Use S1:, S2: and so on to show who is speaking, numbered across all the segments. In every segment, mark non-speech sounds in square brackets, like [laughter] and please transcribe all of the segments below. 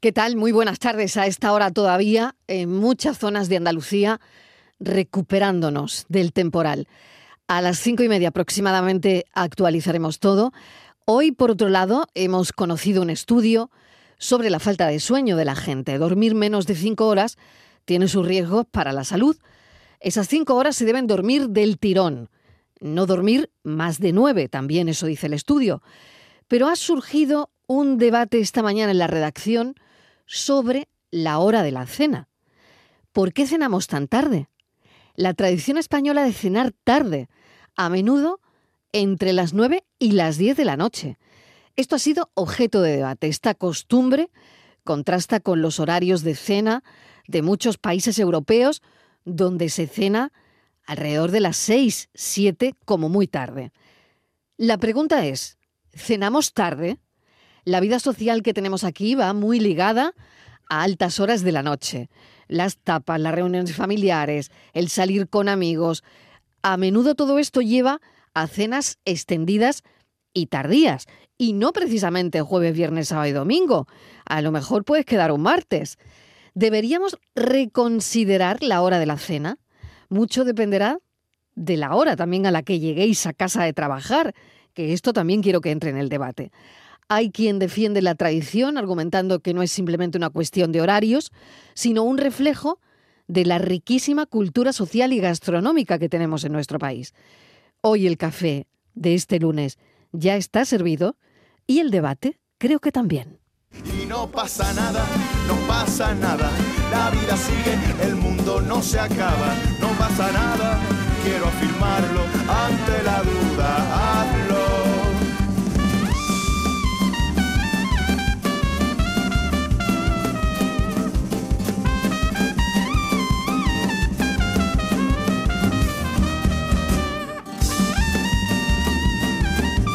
S1: ¿Qué tal? Muy buenas tardes. A esta hora todavía en muchas zonas de Andalucía recuperándonos del temporal. A las cinco y media aproximadamente actualizaremos todo. Hoy, por otro lado, hemos conocido un estudio sobre la falta de sueño de la gente. Dormir menos de cinco horas tiene sus riesgos para la salud. Esas cinco horas se deben dormir del tirón. No dormir más de nueve, también eso dice el estudio. Pero ha surgido un debate esta mañana en la redacción sobre la hora de la cena. ¿Por qué cenamos tan tarde? La tradición española de cenar tarde, a menudo entre las 9 y las 10 de la noche. Esto ha sido objeto de debate. Esta costumbre contrasta con los horarios de cena de muchos países europeos donde se cena alrededor de las 6, 7 como muy tarde. La pregunta es, ¿cenamos tarde? La vida social que tenemos aquí va muy ligada a altas horas de la noche. Las tapas, las reuniones familiares, el salir con amigos. A menudo todo esto lleva a cenas extendidas y tardías. Y no precisamente jueves, viernes, sábado y domingo. A lo mejor puedes quedar un martes. ¿Deberíamos reconsiderar la hora de la cena? Mucho dependerá de la hora también a la que lleguéis a casa de trabajar, que esto también quiero que entre en el debate. Hay quien defiende la tradición argumentando que no es simplemente una cuestión de horarios, sino un reflejo de la riquísima cultura social y gastronómica que tenemos en nuestro país. Hoy el café de este lunes ya está servido y el debate creo que también.
S2: Y no pasa nada, no pasa nada, la vida sigue, el mundo no se acaba, no pasa nada, quiero afirmarlo ante la duda, hazlo.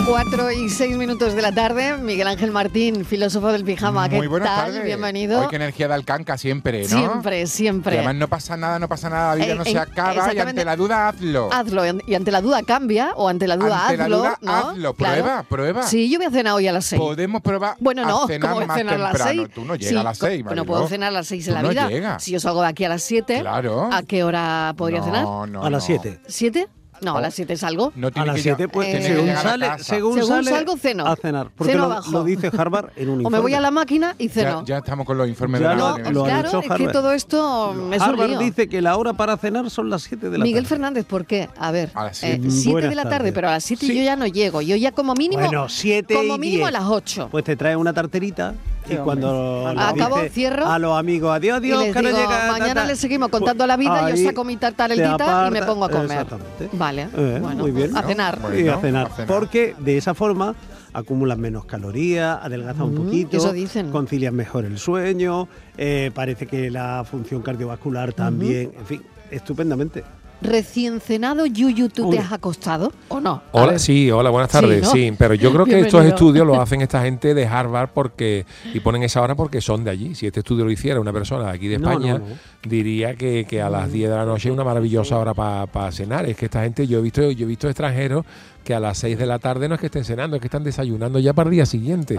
S1: Cuatro y seis minutos de la tarde, Miguel Ángel Martín, filósofo del pijama. ¿Qué
S3: Muy buenas
S1: tal?
S3: tardes.
S1: Bienvenido.
S3: Hoy qué energía da el canca siempre, ¿no?
S1: Siempre, siempre.
S3: Y además no pasa nada, no pasa nada, la vida
S1: Eh,
S3: no
S1: en-
S3: se acaba y
S1: exactamente.
S3: ante la duda hazlo.
S1: Hazlo, y ante la duda cambia, o ante la duda
S3: Ante la
S1: hazlo.
S3: duda,
S1: ¿no?
S3: hazlo.
S1: Claro.
S3: Prueba, prueba.
S1: Sí, yo voy a cenar hoy a las seis.
S3: Podemos probar
S1: Bueno, no,
S3: Ah. Pues, a cenar
S1: ¿cómo voy a
S3: más
S1: cenar a las
S3: temprano.
S1: seis?
S3: Tú no llegas
S1: Sí,
S3: a las seis,
S1: co- Bueno,
S3: Mariló.
S1: puedo cenar a las seis de
S3: Tú
S1: la
S3: no
S1: vida.
S3: llegas.
S1: Si yo salgo de aquí a las siete,
S3: Claro.
S1: ¿a qué hora podría
S3: no,
S1: cenar?
S3: No,
S4: a las
S3: no.
S4: 7.
S1: ¿Siete? No, a las siete salgo.
S3: No
S4: A
S3: tiene
S4: las
S3: que llegar-
S4: 7, pues,
S1: tiene que
S4: según,
S1: llegar
S3: a
S4: sale,
S3: casa.
S4: según,
S1: Según
S4: sale
S1: salgo, ceno.
S4: a cenar. Porque
S1: Ceno
S4: lo,
S1: abajo.
S4: lo dice Harvard en un informe.
S1: [laughs] O me voy a la máquina y ceno.
S3: ya, ya estamos con los informes
S4: Ya
S3: de la
S4: lo-
S1: no,
S4: lo
S3: universidad.
S4: han
S1: claro,
S4: hecho
S1: es que
S4: Harvard.
S1: todo esto mm, es un
S4: Harvard
S1: lío.
S4: dice que la hora para cenar son las 7 de la
S1: Miguel
S4: tarde.
S1: Fernández, ¿por qué? A ver,
S3: A las
S1: eh,
S3: siete.
S1: siete de
S4: Buenas
S1: la tarde,
S4: tardes.
S1: pero a las siete yo ya no llego. Yo ya como mínimo,
S4: Bueno, 7
S1: como
S4: y
S1: mínimo
S4: diez.
S1: a las ocho.
S4: Pues te trae una tarterita y cuando le
S1: Acabo,
S4: dice
S1: cierro.
S4: a los amigos, adiós,
S1: y
S4: adiós,
S1: les
S4: que no
S1: digo,
S4: llega. ta,
S1: mañana
S4: ta". Pues,
S1: les seguimos contando la vida,
S4: Ahí
S1: yo saco mi
S4: te
S1: tartareldita y me
S4: aparta-
S1: pongo a comer.
S4: Exactamente.
S1: Vale,
S4: Eh,
S1: bueno,
S4: muy bien.
S1: a cenar.
S3: Bueno,
S4: Y a cenar.
S3: a cenar.
S4: Porque de esa forma acumulas menos calorías, adelgazas un
S1: Mm,
S4: poquito,
S1: eso dicen.
S4: concilias mejor el sueño, eh, parece que la función cardiovascular también, en fin, estupendamente.
S1: Recién cenado, Yuyu, ¿tú
S4: Uy.
S1: te has acostado o no?
S5: Hola, sí, hola, buenas tardes.
S1: ¿no?
S5: Sí, pero yo creo que estos
S1: Bienvenido.
S4: [laughs]
S5: estudios los hacen esta gente de Harvard porque y ponen esa hora porque son de allí. Si este estudio lo hiciera una persona de aquí de
S4: No, no,
S5: España,
S4: no.
S5: diría que, que a las 10 de la noche es una maravillosa hora para cenar. Es que esta gente, yo he visto yo he visto extranjeros que a las 6 de la tarde no es que estén cenando, es que están desayunando ya para el
S4: [laughs]
S5: día siguiente.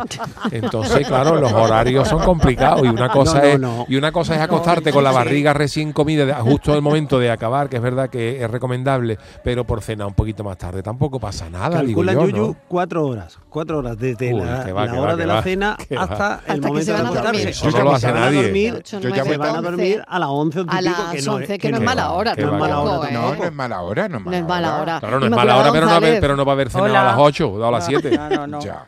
S5: Entonces, claro, los horarios son complicados y una cosa
S4: No, no,
S5: es
S4: no.
S5: y una cosa es acostarte con la barriga recién comida de- justo el momento de acabar, que es verdad que es recomendable, pero por cenar un poquito más tarde tampoco pasa nada, digo
S4: Calcula
S5: yo,
S4: Yuyu
S5: ¿no?
S4: cuatro horas, cuatro horas desde
S5: Uy,
S4: la,
S5: que va,
S4: la
S5: que
S4: hora
S5: va,
S4: de
S5: que
S4: la
S5: va,
S4: cena
S5: que va.
S4: hasta
S1: Hasta que
S4: el momento
S1: se van a
S4: de acostarse.
S1: dormir.
S5: Eso no lo hace
S4: Se van a
S5: nadie.
S4: dormir,
S1: Ocho,
S3: Yo ya
S1: nueve,
S4: se van a
S1: once.
S4: dormir a las 11
S1: A las 11, que no es mala hora
S5: que no es mala
S1: tampoco,
S5: hora.
S1: ¿eh?
S3: No, no es mala hora, no es
S1: No
S3: mala
S1: es mala hora.
S5: Claro, no es mala
S1: Inmaculada
S5: hora, pero no, va a haber-
S1: González.
S5: pero no va a haber cenado
S6: Hola.
S5: a las 8 o a las 7.
S6: No, no, no.
S3: Ya.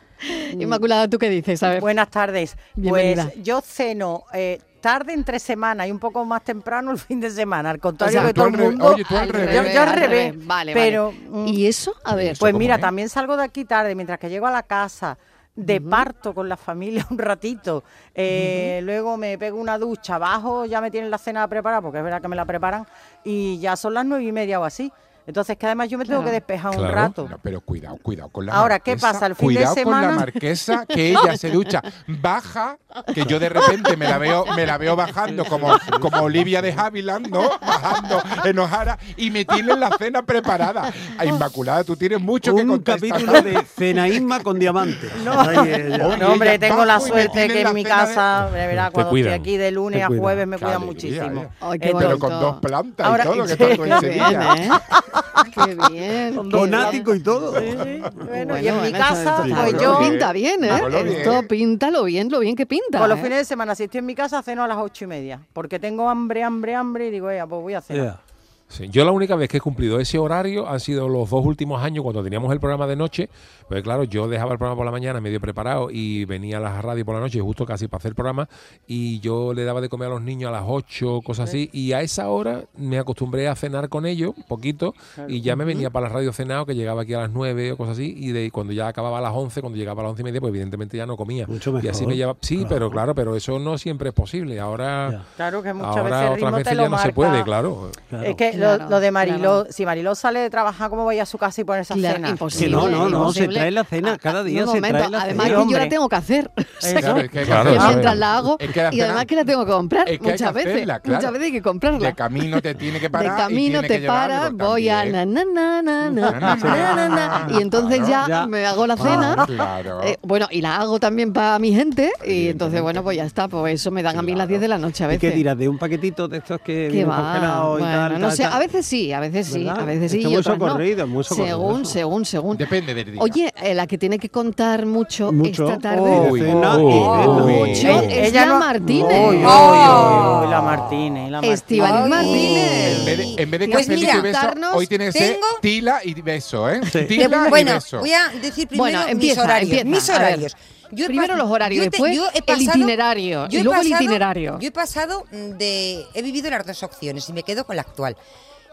S1: Inmaculada, ¿tú qué dices? A ver.
S6: Buenas tardes.
S1: Bienvenida.
S6: Pues yo ceno eh, tarde entre semana y un poco más temprano el fin de semana, al
S1: O sea,
S6: contrario de
S1: tú
S6: todo
S3: al
S6: el
S3: revés-
S6: mundo.
S3: oye, tú al
S6: Yo-
S3: revés.
S6: Yo, al revés.
S1: Vale, vale.
S6: pero, mm,
S1: ¿Y eso? A ver.
S6: Pues
S3: ¿Cómo
S6: mira,
S3: es?
S6: también salgo de aquí tarde, mientras que llego a la casa, de parto con la familia un ratito, eh, luego me pego una ducha, bajo, ya me tienen la cena preparada, porque es verdad que me la preparan, y ya son las nueve y media o así. Entonces, que además yo me tengo que despejar un
S5: Claro.
S6: rato.
S3: No, pero cuidado, cuidado con la
S6: Ahora, ¿qué
S3: marquesa.
S6: pasa? El fin de
S3: cuidado con
S6: semana-
S3: la
S6: [laughs]
S3: marquesa, que ella se ducha baja, que yo de repente me la veo, me la veo bajando como, como Olivia de Haviland, ¿no? Bajando en Ojara y me tienen la cena preparada. Ah, Inmaculada, tú tienes mucho que
S4: Un
S3: contar.
S4: capítulo de Cenaísma con diamantes. Ahí, eh,
S6: [laughs]
S4: ya.
S3: Oye,
S6: No, hombre,
S3: ya
S6: tengo la
S3: bajo y me
S6: suerte
S3: tienen
S6: que
S3: la
S6: en mi
S3: cena de-
S6: casa, de verdad,
S5: Te
S6: cuando
S5: cuidan,
S6: estoy aquí de lunes
S5: te
S6: a
S5: cuidan.
S6: jueves me
S3: Qué [laughs]
S6: cuidan
S3: alegría,
S6: muchísimo.
S3: ya.
S1: Ay, qué
S6: Entonces,
S3: Pero
S1: bonito.
S3: con dos plantas
S6: Ahora-
S3: y
S6: [laughs]
S3: todo, que estás tú en
S1: Qué bien,
S3: Sevilla.
S1: ¿eh? [laughs] Qué bien. qué
S4: Con
S1: bien.
S4: ático y todo.
S6: Bueno, y
S1: Bueno,
S6: en mi
S1: bueno,
S6: casa,
S1: esto-
S3: está
S6: pues
S3: bien.
S6: yo,
S1: Esto pinta bien, ¿eh?
S3: Mándalo bien.
S1: Esto pinta lo bien, lo bien que pinta.
S6: por Pues los
S1: ¿eh?
S6: fines de semana, si estoy en mi casa, ceno a las ocho y media. Porque tengo hambre, hambre, hambre, y digo, ella, pues voy a cenar.
S4: Ya.
S5: Sí, Yo la única vez que he cumplido ese horario han sido los dos últimos años cuando teníamos el programa de noche. Pues claro, yo dejaba el programa por la mañana medio preparado y venía a la radio por la noche justo casi para hacer el programa y yo le daba de comer a los niños a las 8, cosas así. Y a esa hora me acostumbré a cenar con ellos un poquito y ya me venía para la radio cenado que llegaba aquí a las 9 o cosas así y de cuando ya acababa a las 11, cuando llegaba a las 11 y media, pues evidentemente ya no comía.
S4: Mucho
S5: Y así
S4: mejor.
S5: me lleva... Sí,
S4: Claro.
S5: pero claro, pero eso no siempre es posible. Ahora...
S6: Claro que muchas veces
S5: Ahora
S6: el
S5: otras
S6: ritmo
S5: veces
S6: te lo
S5: ya no se
S6: marca. Eh,
S5: puede, claro.
S4: Claro.
S6: Es que lo-
S1: Claro,
S6: lo, de Mariló,
S1: claro.
S6: si Mariló sale de trabajar, ¿cómo va a ir a su casa y ponerse
S1: Claro,
S6: a cenar?
S1: imposible.
S4: Que no, no, no, se
S1: imposible.
S4: trae la cena, cada día
S1: un
S4: se trae
S1: momento,
S4: la
S1: Además,
S6: cena.
S1: que yo la
S6: Hombre.
S1: tengo que hacer.
S5: [laughs]
S1: O sea,
S3: Eh, Claro, es que hay que
S5: Claro,
S1: que
S5: eso
S3: hacerla.
S1: mientras
S5: es.
S1: la hago
S3: Es que la
S1: y además
S3: cena-
S1: que la tengo que comprar
S3: es que hay
S1: muchas
S3: que
S1: veces.
S3: hacerla, claro.
S1: Muchas veces hay que
S3: De
S1: comprarla.
S3: camino te tiene que
S1: De
S3: parar. y
S1: camino
S3: tiene
S1: te
S3: que llevar
S1: para,
S3: algo
S1: voy a
S3: también.
S1: na na na na na na
S3: Na, na,
S1: na, na,
S3: na.
S1: y entonces ya,
S3: Claro.
S4: Ya.
S1: me hago la
S3: Ah,
S1: cena.
S3: claro.
S1: eh, bueno, y la hago también para mi gente y entonces
S3: Evidentemente.
S1: bueno, pues ya está, pues eso me dan a mí las
S3: Claro.
S1: 10 de la noche a
S4: ¿Y qué
S1: veces.
S4: dirás? ¿De un paquetito de estos que
S1: ¿Qué
S4: vienen
S1: va?
S4: congelados y
S1: Bueno,
S4: tal,
S1: no
S4: tal,
S1: sé,
S4: tal?
S1: a veces sí, a veces sí,
S4: ¿Verdad?
S1: a veces sí.
S4: Esto es
S1: y
S4: muy
S1: otras no.
S4: socorrido, es muy socorrido
S1: Según,
S4: eso.
S1: según, según.
S3: Depende del día.
S1: Oye, eh, la que tiene que contar mucho,
S4: Mucho.
S1: esta tarde
S7: Oh.
S4: Uy,
S6: Ah,
S4: cena,
S6: eh,
S5: uy,
S4: cena,
S5: uy.
S4: cena.
S1: mucho
S6: Ella
S1: es
S6: no
S1: la
S6: ha-
S1: Martínez.
S6: Uy, uy, uy,
S8: Oh.
S6: uy, la Martínez, la Martínez.
S1: Estivalín Martínez.
S3: En vez de, en vez de
S1: Pues
S3: cafelito
S1: mira,
S3: y beso,
S1: contarnos,
S3: hoy tiene que ser
S8: tengo-
S3: tila y beso, ¿eh?
S4: Sí.
S8: Te-
S3: Tila y
S8: bueno,
S3: beso.
S8: voy a decir primero
S1: Bueno, empieza,
S8: mis horarios.
S1: empieza,
S8: mis
S1: a ver.
S8: horarios. he
S1: Primero
S8: pas-
S1: los horarios, después el itinerario, y
S8: he
S1: luego el itinerario.
S8: Yo he pasado mm, de. He vivido las dos opciones y me quedo con la actual.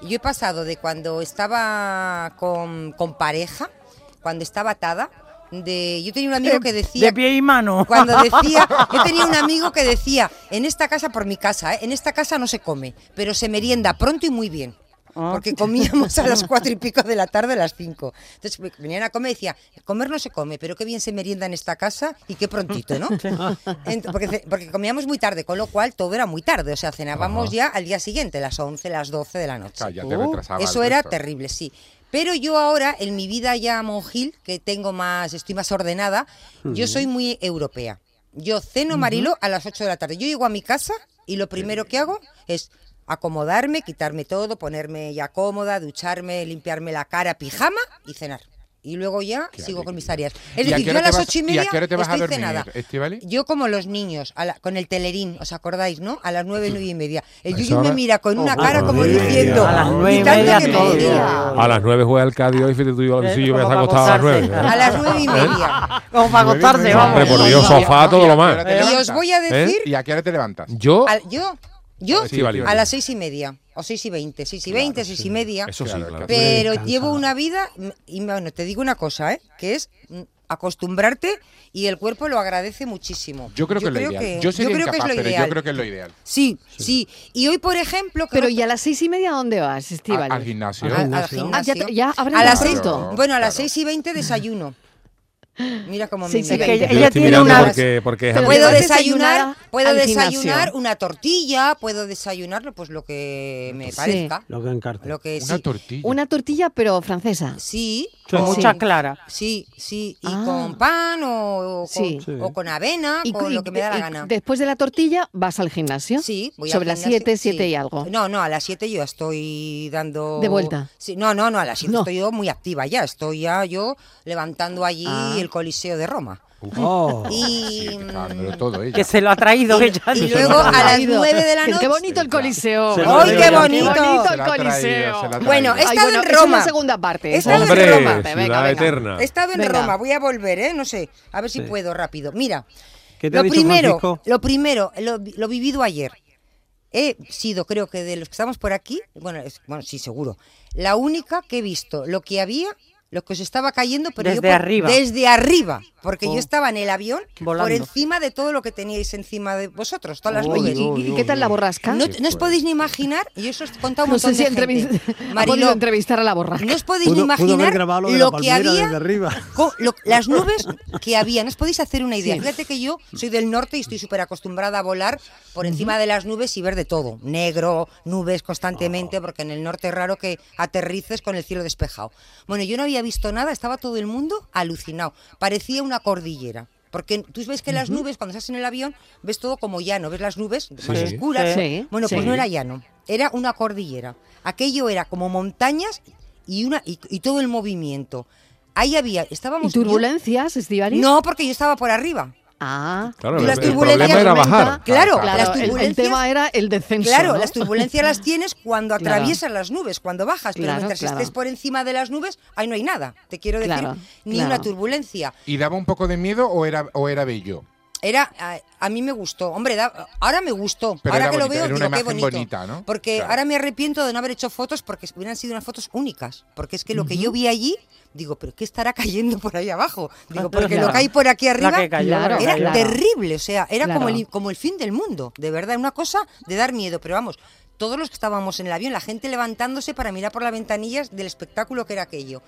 S8: Yo he pasado de cuando estaba con, con pareja, cuando estaba atada. De, yo tenía un
S1: Eh,
S8: amigo que decía
S6: eh, De pie y mano.
S8: [laughs] cuando decía, yo tenía un amigo que decía, en esta casa, por mi casa, ¿eh? en esta casa no se come, pero se merienda pronto y muy bien.
S6: Ah.
S8: Porque comíamos a las cuatro y pico de la tarde, a las cinco. Entonces me- venían a comer y decía, comer no se come, pero qué bien se merienda en esta casa y qué prontito, ¿no? Ent- porque, ce- porque comíamos muy tarde, con lo cual todo era muy tarde. O sea, cenábamos
S5: Ajá.
S8: ya al día siguiente, las 11, las 12 de la noche.
S3: Cállate,
S1: Oh,
S3: retrasaba
S8: Eso
S3: el
S8: era
S3: resto.
S8: terrible, sí. Pero yo ahora, en mi vida ya monjil, que tengo más, estoy más ordenada, yo soy muy europea. Yo ceno marilo a las 8 de la tarde. Yo llego a mi casa y lo primero que hago es acomodarme, quitarme todo, ponerme ya cómoda, ducharme, limpiarme la cara, pijama y cenar. Y luego ya
S3: Qué
S8: sigo con mis
S3: alegría.
S8: tareas. Es
S3: ¿Y a
S8: decir, yo
S3: qué hora
S8: a
S3: te
S8: las
S3: vas-
S8: ocho y
S3: y
S8: media
S3: a qué hora te vas a
S8: estoy
S3: dormir,
S8: cenada.
S3: Estivali?
S8: Yo como los niños, a la- con el telerín, ¿os acordáis, no? A las nueve, nueve y media. El
S5: Pues
S8: Yuyu me
S5: ahora-
S8: mira con una
S5: Oh,
S8: cara como
S5: madre mía.
S8: diciendo,
S6: A las nueve y
S8: "Y tanto
S6: media
S8: que me
S6: todo.
S8: quería".
S5: A las 9 juega el Cádiz hoy, fíjate tú, yo,
S6: Eh,
S5: sí, yo me
S6: como
S5: he
S6: para
S5: acostado a las ¿Eh? 9.
S6: acostarse.
S8: A las nueve y media.
S6: Como para acostarse, vamos.
S5: Hombre, por Dios,
S8: Oye,
S5: sofá, todo lo más.
S3: ¿Te
S8: Y os
S3: levantas? ¿Eh?
S8: voy a decir,
S3: ¿Y a qué hora te levantas?
S5: Yo,
S8: al- yo, yo,
S3: Ah,
S5: Sí, vale.
S8: a las seis y media, o seis y veinte, seis y veinte, seis y media.
S5: eso sí,
S3: Claro, claro.
S5: claro.
S8: Pero
S4: descansada.
S8: llevo una vida, mm, y bueno, te digo una cosa, ¿eh? que es mm, acostumbrarte y el cuerpo lo agradece muchísimo.
S3: Yo creo que es lo ideal. yo sería
S8: creo
S3: incapaz,
S8: que es lo
S3: pero
S8: ideal.
S3: yo creo que es lo ideal.
S8: Sí, sí, Y hoy, por ejemplo, que
S1: Pero
S8: no-
S1: ¿y a las seis y media dónde vas,
S3: A-
S1: Estivali?
S3: al gimnasio.
S8: a- al
S4: gimnasio.
S1: Ah, ya,
S8: gimnasio.
S1: te- ya habrán
S8: a las seis,
S1: visto.
S3: Claro.
S8: bueno, a las seis y veinte desayuno. Mira cómo me
S1: Seis y
S8: engaña.
S1: veinte.
S6: ella-
S5: Yo
S6: ella
S5: estoy
S6: tiene
S5: mirando
S6: una-
S5: Porque, porque es
S1: Pero
S5: a mí-
S1: Puedo
S8: Puedo
S1: Llevas
S8: desayunar,
S1: desayunada
S8: puedo
S1: al
S8: desayunar
S1: gimnasio.
S8: una tortilla, puedo desayunar pues lo que me
S1: Sí.
S8: parezca,
S4: Lo que encarte.
S8: lo que
S3: Una
S8: sí.
S3: tortilla.
S1: Una tortilla, pero francesa.
S8: Sí,
S6: Con
S8: con-
S6: [laughs] mucha clara.
S8: sí, sí, y
S1: Ah.
S8: con pan o, o
S1: Sí.
S8: con,
S4: Sí.
S8: o con avena, con lo que me da la
S1: y
S8: gana.
S1: Después de la tortilla, vas al gimnasio.
S8: Sí, voy al
S1: Sobre las
S8: gimnasio,
S1: 7, 7
S8: sí.
S1: y algo.
S8: No, no, a las 7 yo estoy dando.
S1: De vuelta.
S8: Sí, no, no, no, a las 7
S1: No.
S8: estoy yo muy activa ya. Estoy ya yo levantando allí
S1: Ah.
S8: el Coliseo de Roma.
S4: Oh.
S8: Y.
S3: Sí, te está dándolo todo ella.
S6: Que se lo ha traído ella.
S8: y luego a las 9 de la
S1: Qué-
S8: noche.
S1: Qué bonito el Coliseo.
S4: Se
S8: lo ¡Ay, digo qué yo. bonito!
S1: Qué bonito
S3: Se
S1: el
S3: la ha traído,
S1: Coliseo!
S3: se la ha
S8: Bueno,
S3: traído.
S8: he
S1: Ay,
S8: estado
S1: bueno,
S8: en
S1: esa es
S8: Roma.
S1: la segunda parte.
S8: He
S1: esa es
S8: estado
S1: la
S8: en
S5: Hombre,
S1: segunda
S8: Roma.
S1: parte.
S5: ciudad
S1: venga.
S5: eterna.
S8: He estado en
S1: Venga.
S8: Roma, voy a volver, ¿eh? No sé, a ver si puedo rápido. Mira,
S4: ¿Qué te
S8: lo,
S4: ha dicho
S8: primero,
S4: Francisco?
S8: lo primero, lo vi- lo vivido ayer. He sido, creo que de los que estamos por aquí, bueno, es- bueno sí, seguro, la única que he visto lo que había lo que os estaba cayendo, pero yo
S6: Desde arriba.
S8: desde arriba, porque
S6: Oh.
S8: yo estaba en el avión
S6: Volando.
S8: por encima de todo lo que teníais encima de vosotros, todas las
S4: Oye,
S1: Oye,
S8: nubes.
S1: ¿y- ¿y, qué tal la borrasca?
S8: No,
S1: No,
S8: no os podéis ni imaginar, y eso os he contado un montón
S1: sé si
S8: de
S1: [laughs] entrevist-
S8: gente.
S1: ha
S8: Mariló,
S1: podido entrevistar a la borrasca.
S8: no os podéis ni
S4: Pudo, pudo haber
S8: imaginar
S4: grabado
S8: lo,
S4: lo de la
S8: que
S4: palmera desde
S8: había,
S4: arriba.
S8: co- lo- las nubes que había. No os podéis hacer una idea.
S1: Sí.
S8: Fíjate que yo soy del norte y estoy súper acostumbrada a volar por encima de las nubes y ver de todo. Negro, nubes constantemente, porque en el norte es raro que aterrices con el cielo despejado. Bueno, yo no había visto nada, estaba todo el mundo alucinado. Parecía una cordillera. Porque tú ves que las nubes, cuando estás en el avión, ves todo como llano, ves las nubes más
S5: Sí.
S8: oscuras.
S1: Sí,
S8: Bueno, pues
S1: sí.
S8: no era llano, era una cordillera. Aquello era como montañas y una y, y todo el movimiento. Ahí había,
S1: ¿Y
S8: estábamos yo-
S1: turbulencias, Estivali?
S8: No, yo estaba por arriba.
S1: Ah.
S5: Claro,
S8: Tú
S5: el,
S8: las
S5: el
S8: turbulencias-
S5: problema era bajar.
S1: tormenta,
S8: Claro,
S1: Claro,
S8: las
S1: el- el,
S8: turbulencias-
S1: tema era el descenso.
S8: Claro,
S1: ¿no?
S8: las turbulencias las tienes cuando
S1: Claro.
S8: atraviesas las nubes, cuando bajas, pero
S1: Claro,
S8: mientras
S1: claro.
S8: estés por encima de las nubes, ahí no hay nada. Te quiero decir,
S1: Claro,
S8: ni
S1: claro.
S8: una turbulencia.
S3: ¿Y daba un poco de miedo o era, o era bello?
S8: Era a, a mí me gustó. Hombre, da- ahora me gustó.
S3: Pero
S8: ahora
S3: era
S8: que lo
S3: bonita,
S8: veo,
S3: era
S8: digo,
S3: una
S8: qué
S3: imagen
S8: bonito.
S3: bonita, ¿no?
S8: Porque
S3: Claro.
S8: ahora me arrepiento de no haber hecho fotos porque hubieran sido unas fotos únicas. Porque es que lo que yo vi allí, digo, pero ¿qué estará cayendo por ahí abajo?
S6: [laughs]
S8: Digo, porque
S6: Claro.
S8: lo que hay por aquí arriba
S6: La que cayó, la
S1: Claro,
S6: que
S8: era
S6: cayó.
S8: terrible. O sea, era como,
S1: Claro.
S8: el, como el fin del mundo. De verdad, una cosa de dar miedo. Pero vamos, todos los que estábamos en el avión, la gente levantándose para mirar por las ventanillas del espectáculo que era aquello.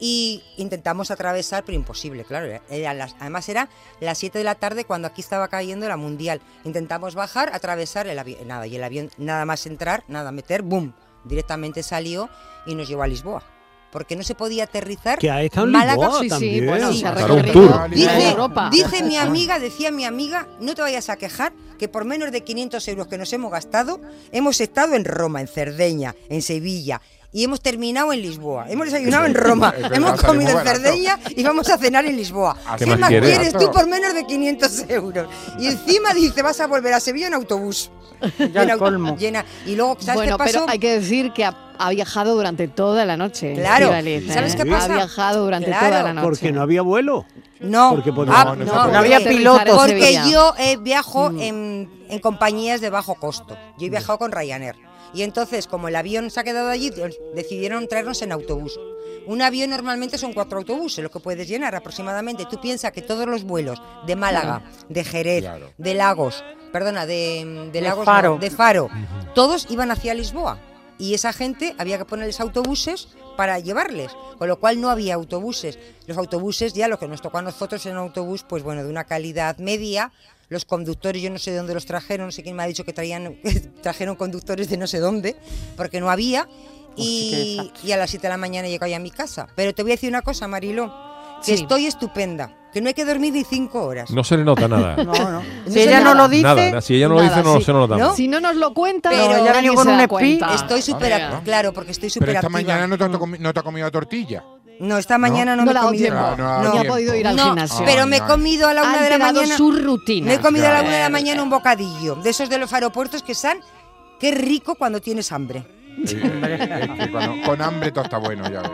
S8: Y intentamos atravesar, pero imposible, claro. era- eran las- además era las 7 de la tarde cuando aquí estaba cayendo la mundial. Intentamos bajar, atravesar el avión. Nada, y el avión nada más entrar, nada meter, ¡boom! Directamente salió y nos llevó a Lisboa. Porque no se podía aterrizar.
S4: Que ha estado en
S8: Málaga-
S4: Lisboa
S1: Sí, sí,
S4: también.
S1: bueno,
S8: sí.
S1: se ha
S5: Claro, un
S1: recorrido
S5: tour.
S1: toda
S8: Dice,
S1: Europa.
S8: dice mi amiga, decía mi amiga, no te vayas a quejar que por menos de 500 euros que nos hemos gastado, hemos estado en Roma, en Cerdeña, en Sevilla. Y hemos terminado en Lisboa. Hemos desayunado en Roma.
S3: Es verdad,
S8: hemos
S3: sale muy
S8: comido en
S3: barato.
S8: Cerdeña y vamos a cenar en Lisboa.
S3: Así
S8: ¿Qué más
S5: quieres?
S8: quieres tú
S3: Barato.
S8: por menos de 500 euros? Y encima dice, vas a volver a Sevilla en autobús.
S6: Ya
S8: En
S6: el
S8: au-
S6: colmo.
S8: llena. Y luego, ¿sabes
S1: Bueno,
S8: qué pasó?
S1: pero hay que decir que ha, ha viajado durante toda la noche.
S8: Claro.
S1: Estíbaliz,
S8: ¿Sabes
S1: ¿eh?
S8: qué pasa?
S1: Ha viajado durante
S8: Claro.
S1: toda la noche.
S4: Porque no había vuelo.
S8: No,
S4: Porque podía-
S8: Ah,
S3: No, no se
S8: no,
S3: podía.
S6: No había
S1: Aterrizar en
S6: pilotos.
S8: Porque
S1: Sevilla.
S8: yo eh, viajo en, en compañías de bajo costo. Yo he viajado con Ryanair. Y entonces, como el avión se ha quedado allí, de- decidieron traernos en autobús. Un avión normalmente son cuatro autobuses, lo que puedes llenar aproximadamente. Tú piensas que todos los vuelos de Málaga, de Jerez,
S3: Claro.
S8: de Lagos, perdona, de, de Lagos, no,
S6: Faro.
S8: de Faro, todos iban hacia Lisboa. Y esa gente había que ponerles autobuses para llevarles, con lo cual no había autobuses. Los autobuses, ya lo que nos tocó a nosotros era un autobús, pues bueno, de una calidad media. Los conductores, yo no sé de dónde los trajeron, no sé quién me ha dicho que traían, [laughs] trajeron conductores de no sé dónde, porque no había.
S6: Pues qué
S8: Y,
S6: desastre.
S8: y a las 7 de la mañana llegaba ya a mi casa. Pero te voy a decir una cosa, Marilo, que
S1: Sí.
S8: estoy estupenda, que no hay que dormir ni 5 horas.
S5: No se le nota nada.
S6: [laughs] No, no. Si
S1: sé
S6: ella no
S1: nada.
S6: lo dice,
S5: ¿Eh? nada, si ella no lo
S1: nada,
S5: dice, no
S1: sí.
S5: se lo nota.
S8: ¿No?
S1: Si no nos lo cuenta,
S8: Pero
S1: no,
S8: ella
S1: ya
S6: venía
S1: ni
S6: con
S1: se
S6: un
S1: da
S6: espi-
S1: cuenta.
S8: Estoy súper,
S1: Venga.
S8: act- claro, porque estoy súper
S3: Pero esta
S8: activa.
S3: mañana no te, ha comi- no te ha comido tortilla.
S8: No, esta mañana no,
S1: No
S8: me
S1: le ha
S8: he
S1: dado
S8: comido.
S1: tiempo. No,
S3: no ha dado
S1: Ni ha
S3: tiempo.
S1: podido ir al
S8: No,
S1: gimnasio.
S8: pero
S3: Ay,
S8: me he
S3: ay.
S8: comido a la
S1: ha
S8: una de la
S1: alterado
S8: mañana.
S1: su rutina.
S8: Me he comido a la una de la
S1: Joder.
S8: mañana un bocadillo, de esos de los aeropuertos que están. Qué rico cuando tienes hambre.
S3: Eh, eh, es que cuando- con hambre todo está bueno, ya ves.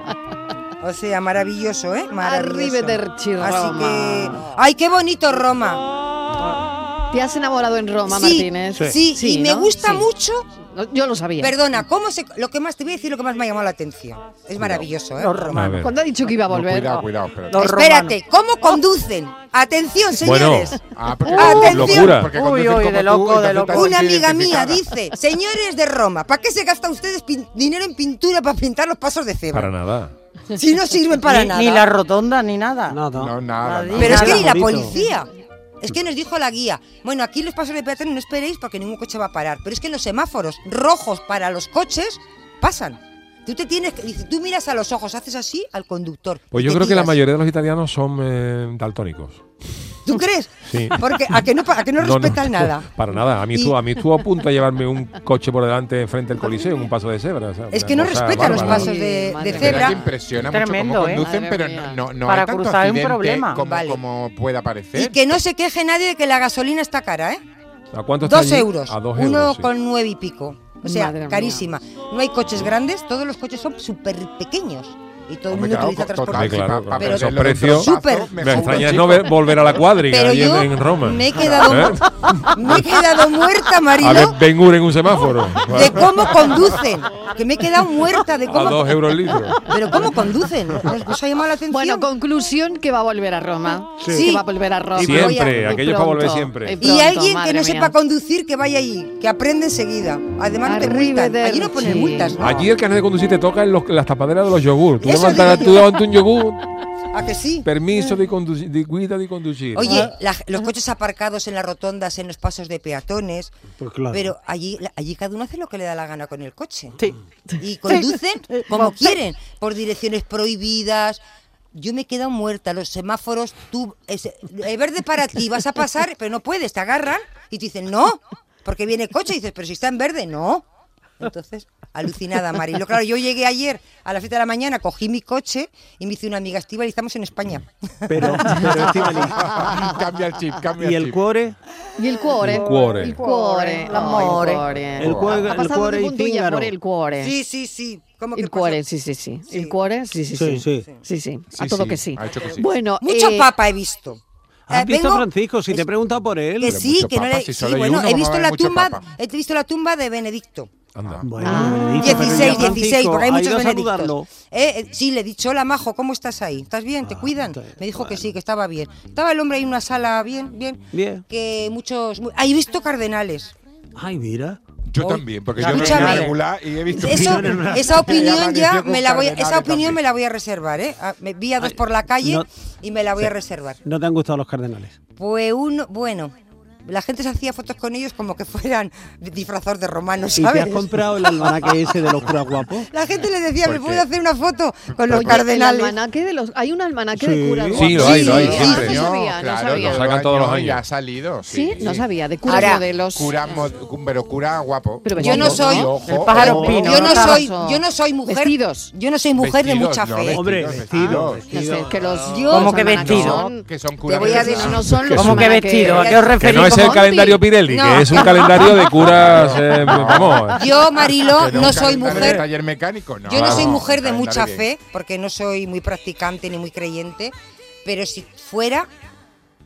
S8: O sea, maravilloso, ¿eh? Maravilloso.
S1: Arrivederci,
S8: Así
S1: Roma.
S8: que. ¡Ay, qué bonito Roma!
S1: ¿Te has enamorado en Roma,
S8: sí,
S1: Martínez?
S8: sí, y me
S1: ¿no?
S8: gusta
S1: Sí.
S8: mucho.
S1: No, Yo lo sabía.
S8: Perdona, ¿cómo se.? Lo que más. Te voy a decir lo que más me ha llamado la atención. Es maravilloso, ¿eh?
S6: Los
S8: Roma.
S5: A ver.
S1: Cuando ha dicho que iba a
S3: No,
S1: volver.
S3: cuidado, cuidado, espérate.
S6: No. Los
S8: Espérate, ¿cómo conducen? Atención,
S5: Bueno,
S8: señores.
S3: Ah, porque
S8: Atención.
S5: Locura.
S3: Porque
S6: Uy,
S3: conducen
S6: uy,
S3: como
S6: de
S3: tú,
S6: loco,
S3: entonces
S6: de loco.
S3: estás
S8: Una amiga mía
S3: identificada.
S8: dice, señores de Roma, ¿para qué se gasta ustedes pin- dinero en pintura para pintar los pasos de
S5: Para
S8: cebra?
S5: nada.
S8: Si no sirven para
S6: ni,
S8: nada.
S6: ni la rotonda ni nada.
S4: Nada.
S3: No, nada.
S6: Nadie.
S3: nada.
S8: Pero es que
S6: Nada
S8: ni la
S4: bonito.
S8: policía. Es que nos dijo la guía. Bueno, aquí los pasos de peatón no esperéis porque ningún coche va a parar. Pero es que los semáforos rojos para los coches pasan. Tú te tienes que, dice, tú miras a los ojos, haces así al conductor.
S5: Pues
S8: y
S5: yo
S8: te
S5: creo que la
S8: tiras.
S5: mayoría de los italianos son eh, daltónicos.
S8: ¿Tú crees?
S5: Sí.
S8: Porque a que no, pa- a
S5: [laughs]
S8: que no, respetan nada.
S5: Para nada. A mí,
S8: Y-
S5: estuvo, a mí estuvo a punto de llevarme un coche por delante frente al Coliseo, un paso de cebra. o sea,
S8: Es
S5: una
S8: que no
S5: cosa
S8: respeta los
S5: bárbara.
S8: pasos de, de
S1: Madre mía.
S3: De verdad que
S8: cebra.
S3: impresiona
S6: Tremendo,
S3: mucho
S6: ¿eh?
S3: cómo conducen,
S1: Madre
S3: pero
S1: mía.
S3: no, no, no
S6: Para
S3: hay tanto
S6: cruzar hay un
S3: accidente
S6: problema.
S3: Como,
S8: Vale.
S3: como pueda parecer.
S8: Y que no se queje nadie de que la gasolina está cara, ¿eh?
S5: ¿A cuánto está
S8: Dos
S5: allí?
S8: euros.
S5: A dos
S8: uno
S5: euros. sí.
S8: con nueve y pico. O sea,
S1: Madre mía.
S8: carísima. No hay coches grandes, todos los coches son súper pequeños. y todo el mundo
S3: Hombre, claro,
S8: utiliza
S3: total,
S8: transporte.
S3: sí,
S8: público.
S5: claro, claro.
S8: pero
S5: Esos
S3: venderlo en
S5: precios-
S3: trozazos,
S8: Súper.
S3: mejor
S5: Me
S3: un
S5: extraña
S3: chico.
S5: no ver- volver a la cuadriga
S8: Pero
S5: allí en,
S8: yo
S5: en Roma.
S8: me he quedado,
S5: ¿Eh?
S8: me he quedado muerta,
S5: A ver,
S8: Marilo,
S5: Ben Hur en un semáforo.
S8: de cómo conducen. Que me he quedado muerta de
S5: A
S8: cómo.
S5: dos euros el litro.
S8: [laughs] Pero cómo conducen. Nos ha llamado la atención.
S1: Bueno, conclusión que va a volver a Roma.
S4: Sí.
S1: Que va a volver a Roma.
S8: Siempre,
S1: Voy a-
S5: aquello es para volver
S1: y
S5: siempre. Y
S8: Y
S1: pronto,
S8: alguien que
S1: madre
S8: no
S1: mía.
S8: sepa conducir, que vaya ahí, que aprende enseguida. Además, te multan. Allí no
S1: Arrivederci.
S8: ponen multas, ¿no?
S5: Allí el carnet de conducir te toca en los- las tapaderas de los yogur. Tú
S8: Eso
S5: levantas
S8: digo
S5: tú
S8: yo.
S5: levantas un yogur,
S8: ¿A que sí?
S5: permiso de conducir, de guida de conducir. Ah,
S8: Oye, la- los coches aparcados en las rotondas, en los pasos de peatones.
S4: Pues claro.
S8: Pero allí, la- allí cada uno hace lo que le da la gana con el coche.
S6: Sí.
S8: Y conducen como quieren, por direcciones prohibidas. Yo me he quedado muerta, los semáforos, tú, es, el verde para ti, vas a pasar, pero no puedes, te agarran y te dicen, no, porque viene el coche, y dices, pero si está en verde, no. Entonces, alucinada, Marilo. Claro, yo llegué ayer a las 7 de la mañana, cogí mi coche y me hice una amiga estiva y estamos en España.
S4: Pero,
S3: [laughs]
S4: pero Estivali,
S3: cambia el chip, cambia
S4: ¿y
S3: el
S4: el
S3: chip.
S4: cuore?
S1: Y el cuore.
S5: El cuore.
S1: El cuore.
S6: El amore.
S1: Ay, cuore.
S4: El cuore-
S1: Ha
S4: el
S1: pasado
S4: cuore
S1: de
S4: y
S1: puntuilla
S4: tíngaro.
S1: por el cuore.
S8: Sí, sí, sí. ¿Cómo que
S1: El
S8: pasó?
S1: cuore, sí, sí, sí.
S8: Sí.
S1: El cuore, sí, sí, sí.
S4: Sí, sí.
S1: Sí, sí. A
S3: Sí,
S1: todo
S3: sí,
S1: que sí.
S3: ha hecho que sí.
S1: Bueno,
S8: Mucho
S1: eh,
S8: papa he visto.
S4: ¿Has
S8: Eh,
S4: visto
S8: vengo-
S4: Francisco? Si te he preguntado por él.
S8: Que
S3: Pero
S8: Eh, sí,
S3: mucho
S8: que no
S3: papa,
S8: le.
S3: si
S8: Sí,
S3: solo hay
S8: bueno,
S3: uno,
S8: he
S3: vamos a
S8: visto
S3: ver
S8: la
S3: mucho
S8: tumba,
S3: papa.
S8: he visto la tumba de Benedicto.
S5: Anda.
S4: Bueno,
S1: Ah.
S4: Benedicto, pero ya
S8: 16,
S4: Francisco,
S8: 16, porque hay
S4: ha
S8: muchos
S4: ido a
S8: benedictos.
S4: saludarlo. Ah,
S8: Eh, eh, sí, le he dicho, hola Majo, ¿cómo estás ahí? ¿Estás bien? ¿Te cuidan?
S4: está-
S8: Me dijo que sí, que estaba bien. Estaba el hombre ahí en una sala bien, bien.
S4: Bien.
S8: Que muchos... mu- Ah, he visto cardenales.
S4: Ay, mira.
S3: Yo también, porque yo
S8: Escúchame.
S3: no regular y he visto...
S8: Eso,
S3: [laughs]
S8: esa opinión ya me la voy a, esa opinión me
S3: la
S8: la voy a reservar, ¿eh? Ah, Me vi a dos por la calle
S4: no-
S8: y me la voy a reservar.
S4: No te han gustado los cardenales.
S8: Pues uno, bueno, la gente se hacía fotos con ellos como que fueran disfrazados de romanos,
S4: ¿Y te
S8: ¿sabes?
S4: has comprado el almanaque ese de los curas guapos?
S8: La
S1: [laughs]
S8: gente les decía, ¿me
S3: Porque-
S8: puedo hacer una foto con los
S1: oye,
S8: cardenales?
S1: El almanaque de los, hay un almanaque de
S4: Sí.
S1: curas.
S4: Sí,
S1: guapos.
S5: lo hay, lo hay,
S1: Ah,
S5: siempre.
S1: No sabía, no
S3: claro,
S5: lo
S1: sabía.
S5: sacan todos los
S3: años. Ya
S5: años.
S3: ha salido.
S1: Sí, no sabía, de curas
S8: Ahora,
S1: modelos.
S3: Cura, mod- pero cura guapo.
S1: Pero
S8: Yo no
S1: vestidos,
S8: soy-
S3: Ojo,
S6: El pájaro
S3: ojo.
S6: pino.
S8: Oh, yo no
S6: no,
S8: soy,
S1: Carlos.
S8: yo no soy mujer.
S1: Vestidos.
S8: Yo no soy mujer de
S3: Vestidos,
S8: mucha
S3: no,
S8: fe.
S3: vestidos,
S4: Hombre,
S3: vestidos.
S4: vestidos.
S1: No sé, que los
S6: ¿Cómo
S1: los
S6: que
S1: almanaques
S6: vestido?
S1: son-
S3: que son
S8: Te
S3: curas.
S8: voy a
S3: que
S8: decir-
S1: no son los
S6: ¿Cómo que
S1: almanaques-
S6: vestido? ¿A qué os
S5: Que
S6: referís?
S5: no es el
S6: ¿Cómo?
S5: calendario Pirelli,
S8: No.
S5: que es un calendario de curas.
S8: [laughs]
S5: eh, vamos.
S8: Yo, Marilo,
S3: Que
S8: no
S3: un
S8: soy
S3: calendario de
S8: mujer.
S3: taller mecánico, no.
S8: Yo no soy
S3: no,
S8: mujer de
S3: calendario
S8: mucha
S3: bien.
S8: fe, porque no soy muy practicante ni muy creyente, pero si fuera,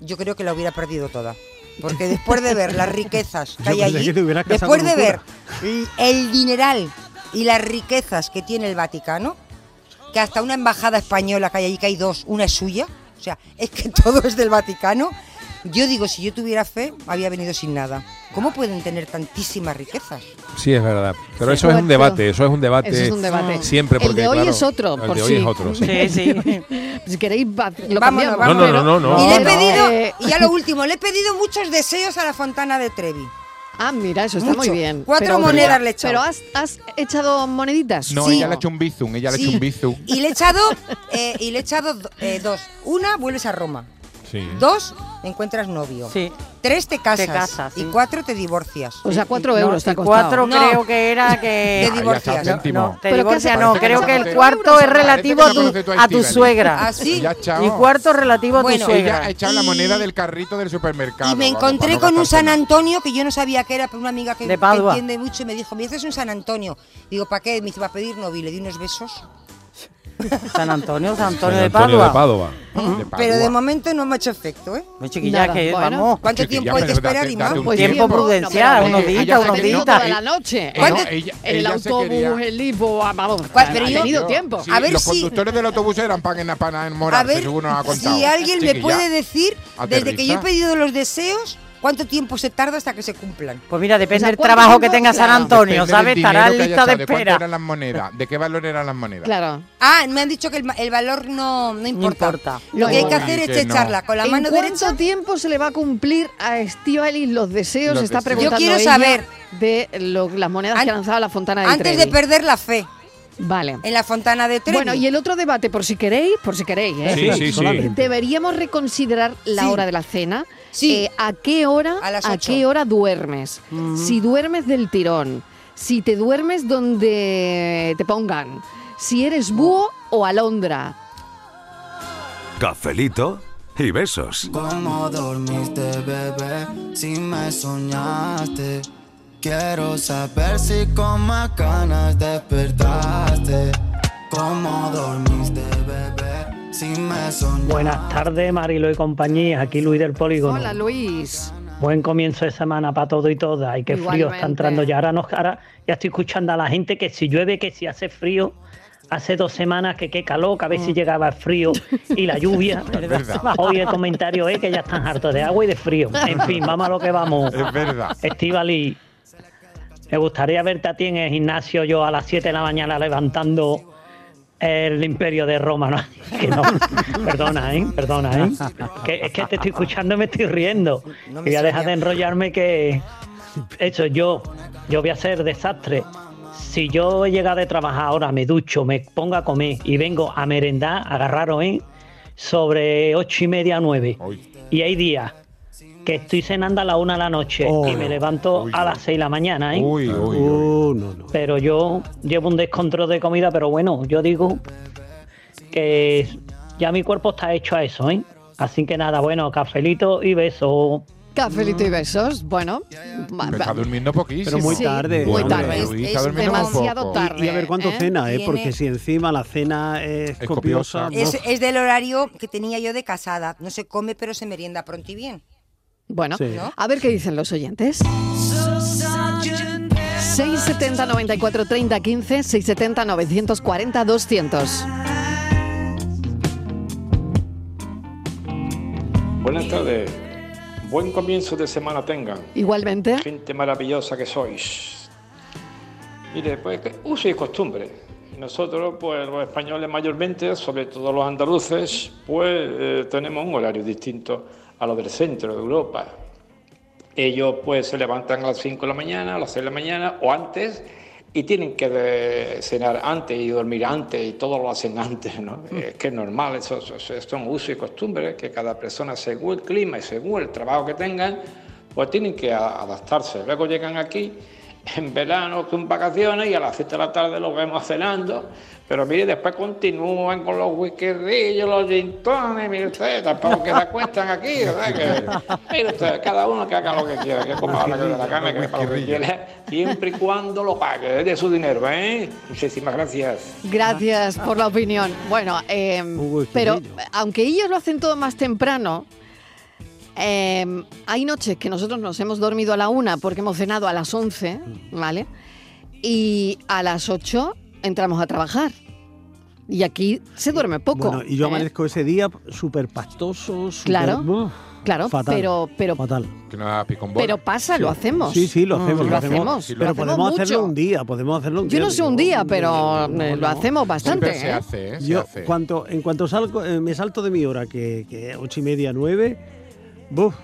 S8: yo creo que la hubiera perdido toda. Porque después de ver las riquezas que
S4: Yo
S8: hay
S4: pensé
S8: allí,
S4: que te hubieras casado
S8: después
S4: con
S8: de
S4: un
S8: ver
S4: cura.
S8: l- el dineral y las riquezas que tiene el Vaticano, que hasta una embajada española que hay allí, que hay dos, una es suya, o sea, es que todo es del Vaticano, yo digo, si yo tuviera fe, había venido sin nada. ¿Cómo pueden tener tantísimas riquezas?
S5: Sí, es verdad. Pero
S1: Sí,
S5: eso es un
S1: correcto.
S5: debate, eso es un debate.
S1: Eso es un debate.
S5: Siempre,
S1: El
S5: porque
S1: de hoy
S5: claro,
S1: es otro,
S5: El
S1: por
S5: de hoy
S1: sí.
S5: es otro, sí.
S1: [laughs]
S6: Sí, sí.
S1: Si queréis, va-
S8: Vámonos,
S1: lo cambiamos.
S8: vámonos.
S5: No, no, no, no,
S8: Y le he
S5: no.
S8: pedido,
S1: Eh,
S8: y ya lo último, le he pedido muchos deseos a la Fontana de Trevi.
S1: Ah, mira, eso está muy
S8: Mucho.
S1: bien.
S8: Cuatro monedas le he echado.
S1: ¿Pero has, has echado moneditas?
S3: No,
S8: Sí.
S3: ella le ha hecho un bizum, ella le ha hecho
S8: Sí.
S3: un bizum.
S8: Y le he echado, eh, y le he echado do- eh, dos. Una, vuelves a Roma.
S5: Sí.
S8: Dos, encuentras novio.
S6: Sí.
S8: Tres, te casas.
S6: Te casas,
S8: Y
S6: sí.
S8: cuatro, te divorcias.
S1: O sea, cuatro
S6: No,
S1: euros te ha
S6: el
S1: costado.
S6: Cuatro
S8: No.
S6: creo que era que...
S8: Te
S3: Ah, ya
S8: divorcias.
S3: está,
S8: No,
S3: céntimo.
S6: Eh, No, te
S1: Pero ¿qué
S6: divorcias
S1: hace
S6: no.
S1: falta que
S6: Creo
S1: no
S6: que el
S1: conoce-
S6: cuarto es
S1: Parece que no
S6: relativo a
S3: conoce
S6: tu,
S3: tú a
S6: a tu
S3: Estíbaliz.
S6: suegra.
S8: Ah, sí.
S3: Ya, chao.
S6: Y cuarto relativo a tu
S8: Bueno,
S3: Ella
S6: suegra.
S3: ha echado la moneda
S8: Y-
S3: del carrito del supermercado.
S8: Y me
S3: vamos, para
S8: encontré
S3: no
S8: con un
S3: gastarse
S8: San
S3: nada.
S8: Antonio que yo no sabía que era, pero una amiga que,
S6: De
S8: que
S6: Padua.
S8: entiende mucho y me dijo, mi es un San Antonio. Digo, ¿para qué? Me dice, va a pedir novio. Y Le di unos besos.
S6: San Antonio, San Antonio de
S5: Antonio
S6: Padua.
S5: de Padua.
S6: Ah.
S3: De Padua.
S8: Pero de momento no me ha hecho efecto, ¿eh?
S6: Muy chiquilla
S1: Nada,
S6: que
S1: bueno.
S6: vamos.
S8: ¿Cuánto
S3: Chiquilla,
S8: tiempo hay que
S3: pero date-
S8: esperar y más?
S3: date un
S1: Pues
S6: tiempo prudencial,
S1: pero,
S6: unos
S1: eh,
S6: días,
S1: ella se
S6: unos
S1: ha tenido
S6: días.
S1: toda la noche.
S3: Eh,
S1: ¿no?
S8: ¿Cuánto-
S3: ella-
S1: el
S3: ella se
S1: autobús,
S3: quería-
S1: el Ivo, ah, vamos.
S8: ¿Cuál?
S1: ha
S8: Pero yo-
S1: tenido
S3: Yo-
S1: tiempo.
S3: sí,
S8: A ver
S3: los
S8: si-
S3: conductores del autobús eran para para
S8: A
S3: enamorarse,
S8: ver,
S3: seguro nos ha contado.
S8: si alguien me
S3: Chiquilla.
S8: puede decir, desde que yo he
S3: aterriza.
S8: pedido los deseos, cuánto tiempo se tarda hasta que se cumplan.
S6: Pues mira, depende
S1: O sea,
S6: del
S1: ¿cuánto
S6: trabajo que
S1: tiempo?
S6: tenga San
S1: Claro.
S6: Antonio,
S3: Depende del
S6: ¿sabes? Estará en
S3: dinero que haya
S6: lista de
S3: echado, cuánto
S6: espera.
S3: eran las monedas? ¿De qué valor eran las monedas?
S1: Claro.
S8: Ah, me han dicho que el, ma- el valor no, no importa.
S6: importa.
S8: Lo que hay que
S3: Ay,
S8: hacer es
S3: que no.
S8: echarla con la
S1: ¿En
S8: mano
S1: cuánto
S8: derecha.
S1: tiempo se le va a cumplir a Estivalis los deseos?
S3: Los
S1: Está
S3: deseos.
S8: Yo
S1: preguntando
S8: quiero
S1: ella
S8: saber.
S1: de lo- las monedas que
S8: An-
S1: ha lanzado la Fontana de
S8: Antes de
S1: Trevi.
S8: perder la fe
S1: Vale.
S8: en la fontana de Trevi.
S1: Bueno, y el otro debate, por si queréis, por si queréis, ¿eh?
S5: Sí, sí, sí.
S4: solamente.
S1: Deberíamos reconsiderar la
S8: Sí.
S1: hora de la cena.
S8: Sí.
S1: Eh, ¿A qué hora?
S8: A las ocho. Mm.
S1: qué hora duermes? Si duermes del tirón, si te duermes donde te pongan, si eres búho o alondra.
S9: Cafelito y besos.
S10: ¿Cómo dormiste, bebé? Si me soñaste. Quiero saber si con más ganas despertaste.
S11: ¿Cómo dormiste, bebé? Si me soñaste.
S12: Buenas tardes, Marilo y compañía. Aquí Luis del Polígono.
S1: Hola Luis.
S12: Buen comienzo de semana para todo y todas. Y qué frío
S1: Igualmente.
S12: está entrando ya. Ahora, no, ahora ya estoy escuchando a la gente que si llueve, que si hace frío. Hace dos semanas que qué calor, que a ver si llegaba el frío y la lluvia.
S13: Es verdad.
S12: Hoy el comentario es que ya están hartos de agua y de frío. En fin, vamos a lo que vamos.
S13: Es verdad.
S12: Estivali, me gustaría verte a ti en el gimnasio yo a las 7 de la mañana levantando el imperio de Roma. ¿no? [laughs] Que no. Perdona, ¿eh? Perdona, ¿eh? [laughs] Que- es que te estoy escuchando y me estoy riendo.
S8: No me
S12: y voy a dejar
S8: extraña.
S12: de enrollarme que... Eso, yo, yo voy a ser desastre. Si yo he llegado de trabajar ahora, me ducho, me pongo a comer y vengo a merendar, agarraros, ¿eh? Sobre ocho y media, nueve.
S13: Uy.
S12: Y hay días que estoy cenando a la una de la noche
S4: Oh,
S12: y me levanto
S13: uy,
S12: a las
S13: uy.
S12: seis de la mañana, ¿eh?
S13: Uy, uy, uy.
S4: Uh, no, no.
S12: Pero yo llevo un descontrol de comida, pero bueno, yo digo que ya mi cuerpo está hecho a eso, ¿eh? Así que nada, bueno, cafelito y beso.
S1: Cafelito y besos. Bueno, va-
S13: Pero
S1: va-
S13: está durmiendo poquísimo.
S4: Pero muy
S1: Sí,
S4: tarde.
S1: muy
S4: hombre.
S1: tarde.
S13: Luis, está
S8: Es-
S13: durmiendo muy
S1: demasiado
S13: poco.
S1: tarde.
S4: Y a ver cuánto
S1: ¿eh?
S4: cena, ¿eh?
S8: Tiene-
S4: Porque si encima la cena es
S13: Es
S4: copiosa.
S13: copiosa.
S8: Es,
S4: uf,
S8: es del horario que tenía yo de casada. No se come, pero se merienda pronto y bien.
S1: Bueno,
S4: Sí.
S1: a ver qué dicen los oyentes. 670 94 30 15 670 940 200.
S14: Buenas tardes. Buen comienzo de semana tengan.
S1: Igualmente,
S14: Gente maravillosa que sois. Mire, pues que uso y costumbre. Nosotros, pues los españoles mayormente, sobre todo los andaluces, pues eh, tenemos un horario distinto a lo del centro de Europa. Ellos pues se levantan a las 5 de la mañana, a las 6 de la mañana o antes y tienen que eh, cenar antes y dormir antes y todo lo hacen [laughs] antes, ¿no? Es que es normal, eso, eso- eso es un uso y costumbre que cada persona según el clima y según el trabajo que tengan, pues tienen que a- adaptarse. Luego llegan aquí [laughs] en verano, con vacaciones y a las 7 de la tarde los vemos cenando, pero mire, después continúan con los whiskerillos, los gin tonic, mire usted, tampoco que se acuestan aquí, ¿verdad? Que, mire usted, cada uno que haga lo que quiera, que coma ahora que le da la carne, que para lo que quiera, siempre y cuando lo pague, es de su dinero, ¿eh? Muchísimas gracias.
S1: gracias por la opinión. Bueno, eh,
S4: Un
S1: pero
S4: huequillo.
S1: aunque ellos lo hacen todo más temprano, eh, hay noches que nosotros nos hemos dormido a la una porque hemos cenado a las 11,
S4: Mm.
S1: ¿vale? Y a las 8 entramos a trabajar. Y aquí se duerme poco.
S4: Bueno, y yo
S1: ¿eh?
S4: amanezco ese día súper pastoso, súper-
S1: Claro,
S4: uf,
S1: Claro,
S4: fatal,
S1: pero, pero,
S4: fatal.
S13: Que no haga picón bola.
S1: pero pasa, lo hacemos.
S4: Sí, sí, lo hacemos.
S1: Lo hacemos,
S4: Pero
S1: lo hacemos
S4: podemos hacerlo
S1: mucho.
S4: un día, podemos hacerlo un
S1: Yo
S4: día.
S1: no sé un día, pero eh, lo hacemos bastante.
S13: Siempre se
S1: ¿eh?
S13: hace, ¿eh? Se
S4: Yo,
S13: hace.
S4: cuanto, en cuanto salgo, eh, me salto de mi hora, que que es ocho y media, nueve, buf,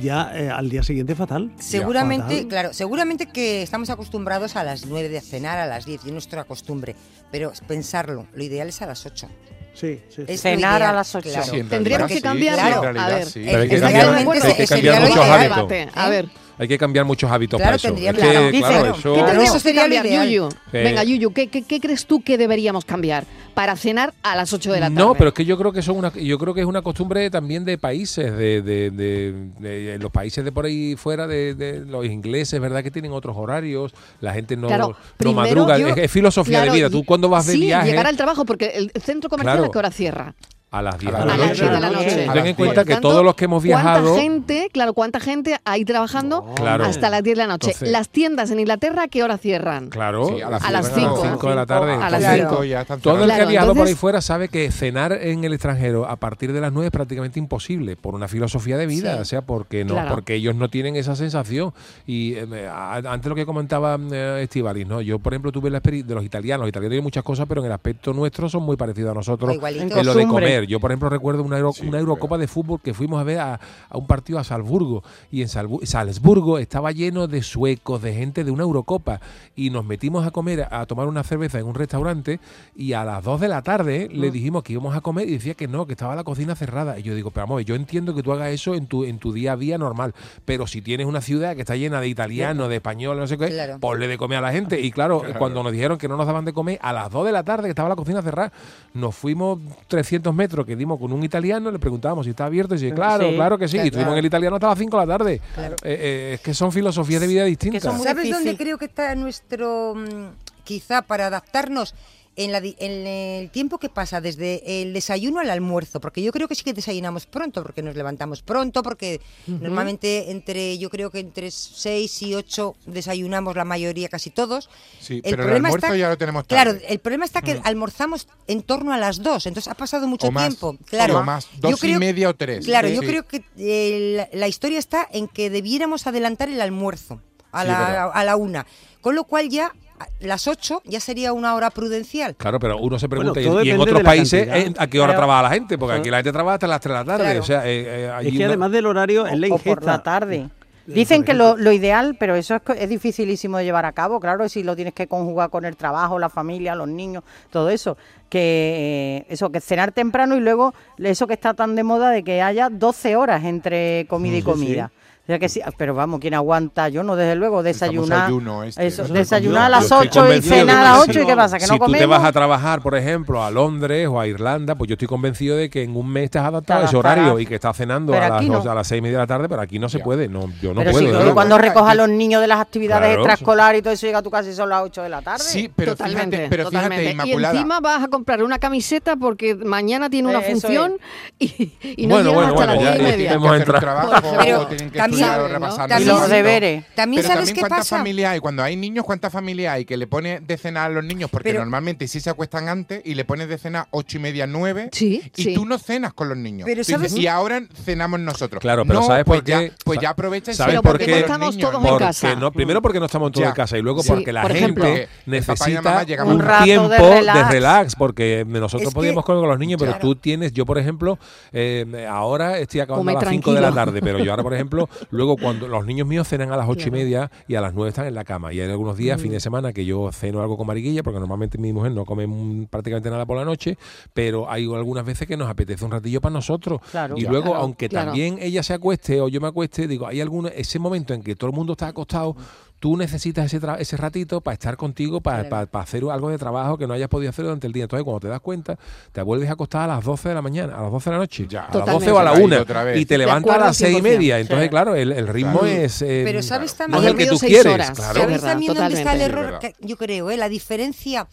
S4: ya eh, al día siguiente fatal.
S8: Seguramente,
S4: fatal.
S8: claro, seguramente que estamos acostumbrados a las 9 de cenar, a las 10, y es nuestra costumbre. Pero pensarlo, lo ideal es a las 8.
S4: Sí, sí. sí.
S8: Es
S6: Cenar
S8: lo ideal,
S6: a las ocho.
S8: claro.
S13: Sí, en realidad
S1: Tendríamos que
S13: sí,
S1: cambiarlo.
S13: sí, en
S8: Claro.
S13: realidad
S1: A ver,
S13: sí.
S8: Pero
S5: hay que
S8: es-
S5: cambiar-
S8: realmente
S5: hay que
S8: es-
S5: cambiar
S8: sería lo
S5: muchos
S8: ideal.
S5: hábitos.
S1: Debate, A ver,
S5: Hay que cambiar muchos hábitos
S8: Claro,
S5: para eso.
S8: tendría-
S5: Es que,
S8: claro.
S5: claro,
S6: Dicen,
S5: eso-
S8: Claro,
S1: tenemos
S8: eso
S1: que
S8: sería lo
S1: cambiar,
S8: ideal.
S1: Yuyu.
S5: Eh.
S1: Venga, Yuyu, ¿qué, qué, qué crees tú que deberíamos cambiar para cenar a las 8 de la tarde?
S5: No, pero es que yo creo que son una, yo creo que es una costumbre también de países, de, de- de- de los países de por ahí fuera, de, de los ingleses, ¿verdad? Que tienen otros horarios, la gente no,
S1: Claro,
S5: no
S1: primero
S5: madruga,
S1: yo-
S5: es, es filosofía
S1: claro,
S5: de vida.
S1: y-
S5: Tú cuando vas de
S1: sí,
S5: viaje
S1: llegar al trabajo, porque el centro comercial
S5: Claro.
S1: a qué hora cierra.
S5: a las 10
S13: A
S5: de la
S1: A
S13: las
S1: las
S5: noche.
S1: 10 de la
S13: noche.
S1: noche.
S13: A
S5: Ten en
S13: las
S5: cuenta
S13: diez.
S5: que
S1: Por tanto,
S5: todos los que hemos viajado,
S1: ¿Cuánta gente, claro, cuánta gente ahí trabajando
S5: Claro.
S1: hasta las 10 de la noche?
S5: Entonces-
S1: las tiendas en Inglaterra, ¿a ¿qué hora cierran?
S5: claro,
S13: Sí, a las
S1: cinco.
S5: cinco de la tarde.
S1: A las
S5: Entonces,
S1: cinco.
S13: ya están
S5: Todo
S13: cerrados.
S5: el que
S1: Claro,
S5: ha viajado por ahí
S1: entonces-
S5: fuera sabe que cenar en el extranjero a partir de las 9 es prácticamente imposible por una filosofía de vida, o sea, porque no,
S1: Claro.
S5: porque ellos no tienen esa sensación y eh, a- antes lo que comentaba eh, Estivalis, ¿no? Yo por ejemplo tuve la experiencia de los italianos, los italianos tienen muchas cosas, pero en el aspecto nuestro son muy parecidos a nosotros
S8: O igualito.
S5: en lo de
S6: Costumbre.
S5: comer. Yo por ejemplo recuerdo una, Euro-
S13: Sí,
S5: una Eurocopa de fútbol que fuimos a ver a, a un partido a Salzburgo y en Salbu- Salzburgo estaba lleno de suecos, de gente de una Eurocopa y nos metimos a comer, a tomar una cerveza en un restaurante y a las 2 de la tarde eh, le dijimos que íbamos a comer y decía que no, que estaba la cocina cerrada. Y yo digo, pero vamos, a ver, yo entiendo que tú hagas eso en tu, en tu día a día normal, pero si tienes una ciudad que está llena de italianos, de españoles, no sé qué,
S8: Claro.
S5: ¿eh? ponle de comer a la gente. Y claro, cuando nos dijeron que no nos daban de comer, a las 2 de la tarde que estaba la cocina cerrada, nos fuimos 300 metros que dimos con un italiano, le preguntábamos si está abierto y dice, claro,
S6: Sí.
S5: claro que sí.
S8: Claro.
S5: Y tuvimos en el italiano hasta las 5 de la tarde.
S8: Claro.
S5: Eh, eh, es que son filosofías de vida distintas.
S6: son muy-
S8: ¿Sabes dónde
S6: difícil.
S8: creo que está nuestro, mm, quizá para adaptarnos? en, la di- en el tiempo que pasa desde el desayuno al almuerzo, porque yo creo que sí que desayunamos pronto, porque nos levantamos pronto, porque
S15: Ujú.
S8: normalmente entre, yo creo que entre 6 y 8 desayunamos la mayoría, casi todos.
S3: Sí, pero el almuerzo ya lo tenemos
S8: Claro,
S3: tarde.
S8: el problema está que
S3: Mm.
S8: almorzamos en torno a las 2, entonces ha pasado mucho
S3: O más,
S8: tiempo. Claro,
S3: o más, dos y media o tres.
S8: Claro,
S3: Sí.
S8: yo
S3: Sí.
S8: creo que eh, la, la historia está en que debiéramos adelantar el almuerzo a,
S5: Sí, es
S8: la,
S5: verdad.
S8: a la una, con lo cual ya a las 8 ya sería una hora prudencial.
S5: Claro, pero uno se pregunta,
S4: Bueno, todo
S5: ¿y- ¿y en
S4: depende
S5: otros
S4: de la
S5: países
S4: cantidad.
S5: eh, a qué hora
S4: Claro.
S5: trabaja la gente? Porque aquí
S4: Claro.
S5: la gente trabaja hasta las 3 de la tarde.
S4: Claro.
S5: o sea, eh, eh, hay
S4: Es que
S5: una-
S4: además del horario es la
S6: o por
S4: ingesta.
S6: la tarde. Dicen que lo, lo ideal, pero eso es, co- es dificilísimo de llevar a cabo, claro, si lo tienes que conjugar con el trabajo, la familia, los niños, todo eso. Que eh, eso, que cenar temprano y luego eso que está tan de moda de que haya 12 horas entre comida
S4: Mm,
S6: y
S5: Sí, sí.
S6: comida. O sea que sí, pero vamos, ¿quién aguanta? Yo no, desde luego, desayunar.
S5: ayuno este,
S6: eso,
S5: nuestro
S6: desayunar a
S5: ayuno.
S6: las
S5: Yo
S6: 8
S5: estoy
S6: y
S5: convencido
S6: cenar
S5: de
S6: a
S5: que
S6: las
S5: si-
S6: 8 y qué pasa, que
S5: si
S6: no comemos.
S5: tú te vas a trabajar, por ejemplo, a Londres o a Irlanda, pues yo estoy convencido de que en un mes estás adaptado
S6: Te
S5: a ese
S6: adaptarás.
S5: horario y que estás cenando
S6: Pero
S5: a las,
S6: aquí
S5: dos-
S6: no.
S5: a las seis y media de la tarde, pero aquí no se puede. No, yo no
S6: pero
S5: puedo.
S6: sí,
S5: de
S6: pero
S5: verdad.
S6: cuando recojas a los niños de las actividades
S5: Claro.
S6: extraescolares y todo eso, llega a tu casa y son las 8 de la tarde.
S3: Sí, pero
S1: Totalmente,
S3: fíjate, pero fíjate,
S1: totalmente.
S3: Inmaculada.
S1: Y encima vas a comprar una camiseta porque mañana tiene una
S6: Eh, eso
S1: función y, y no
S5: Bueno,
S1: llegas
S5: bueno,
S1: hasta
S5: bueno,
S1: las
S5: ya
S1: diez y media.
S3: Tienen
S5: hemos
S3: que hacer un
S5: entrado.
S3: trabajo,
S8: Pero
S3: o tienen que
S8: también-
S3: estudiar o repasar.
S8: también-
S3: no sé
S8: Y los
S3: cuánto.
S6: deberes.
S8: También
S3: Pero
S8: ¿sabes qué
S3: cuántas
S8: pasa?
S3: familias hay. Cuando hay niños, cuántas familias hay que le pone de cenar a los niños, porque
S8: Pero-
S3: normalmente sí se acuestan antes y le pones de cenar ocho y media, nueve.
S1: Sí,
S3: y
S1: sí.
S3: tú no cenas con los niños.
S8: Pero
S3: Tú dices,
S8: ¿sabes?
S3: y ahora cenamos nosotros.
S5: Claro, pero
S3: No,
S5: ¿sabes
S3: pues
S5: por qué?
S3: ya- pues ya aprovecha y
S5: ¿Sabes
S3: cena
S5: por
S3: con
S5: qué?
S3: los niños, hermano.
S5: Porque no- primero porque no estamos todos
S3: Ya.
S5: en casa y luego
S3: Sí,
S5: porque la
S3: por
S5: gente
S3: ejemplo. Porque el papá y la mamá
S5: necesita
S3: llegan
S5: un
S3: un rato de
S5: tiempo de relax,
S6: relax.
S5: porque
S8: Es
S5: nosotros
S8: que-
S5: podíamos con los niños, pero
S8: Claro.
S5: tú tienes, yo por ejemplo, eh, ahora estoy acabando
S1: Come
S5: a las 5 de la
S1: tranquilo.
S5: tarde, pero yo ahora por ejemplo, luego cuando los niños míos cenan a las 8 y media y a las 9 están en la cama y hay algunos días,
S3: Mm.
S5: fin de semana, que yo ceno algo con mariquilla porque normalmente mi mujer no come mm, prácticamente nada por la noche, pero hay algunas veces que nos apetece un ratillo para nosotros
S6: Claro.
S5: y luego,
S1: Claro,
S5: aunque
S1: claro.
S5: también también ella se acueste o yo me acueste, digo, hay algún ese momento en que todo el mundo está acostado, tú necesitas ese, tra- ese ratito para estar contigo, para, para- para hacer algo de trabajo que no hayas podido hacer durante el día. Entonces, cuando te das cuenta, te vuelves a acostar a las 12 de la mañana, a las 12 de la noche,
S3: Ya.
S5: a las
S1: Totalmente.
S5: 12 o a la
S3: Ahí
S5: 1
S3: otra vez.
S5: y te
S1: De
S5: levantas a
S1: acuerdo,
S5: las 6 y
S1: 100%.
S5: mería. Entonces,
S6: Sí.
S5: claro, el, el ritmo
S3: Claro.
S5: es. eh,
S8: Pero sabes
S5: claro,
S8: también-
S5: no es el que
S1: Dormido
S5: tú
S1: seis
S5: quieres.
S1: horas,
S5: claro.
S1: es
S8: ¿Sabéis
S1: verdad,
S8: también dónde está el
S1: totalmente.
S8: error?
S3: Sí, es
S8: Que- Yo creo, ¿eh? la diferencia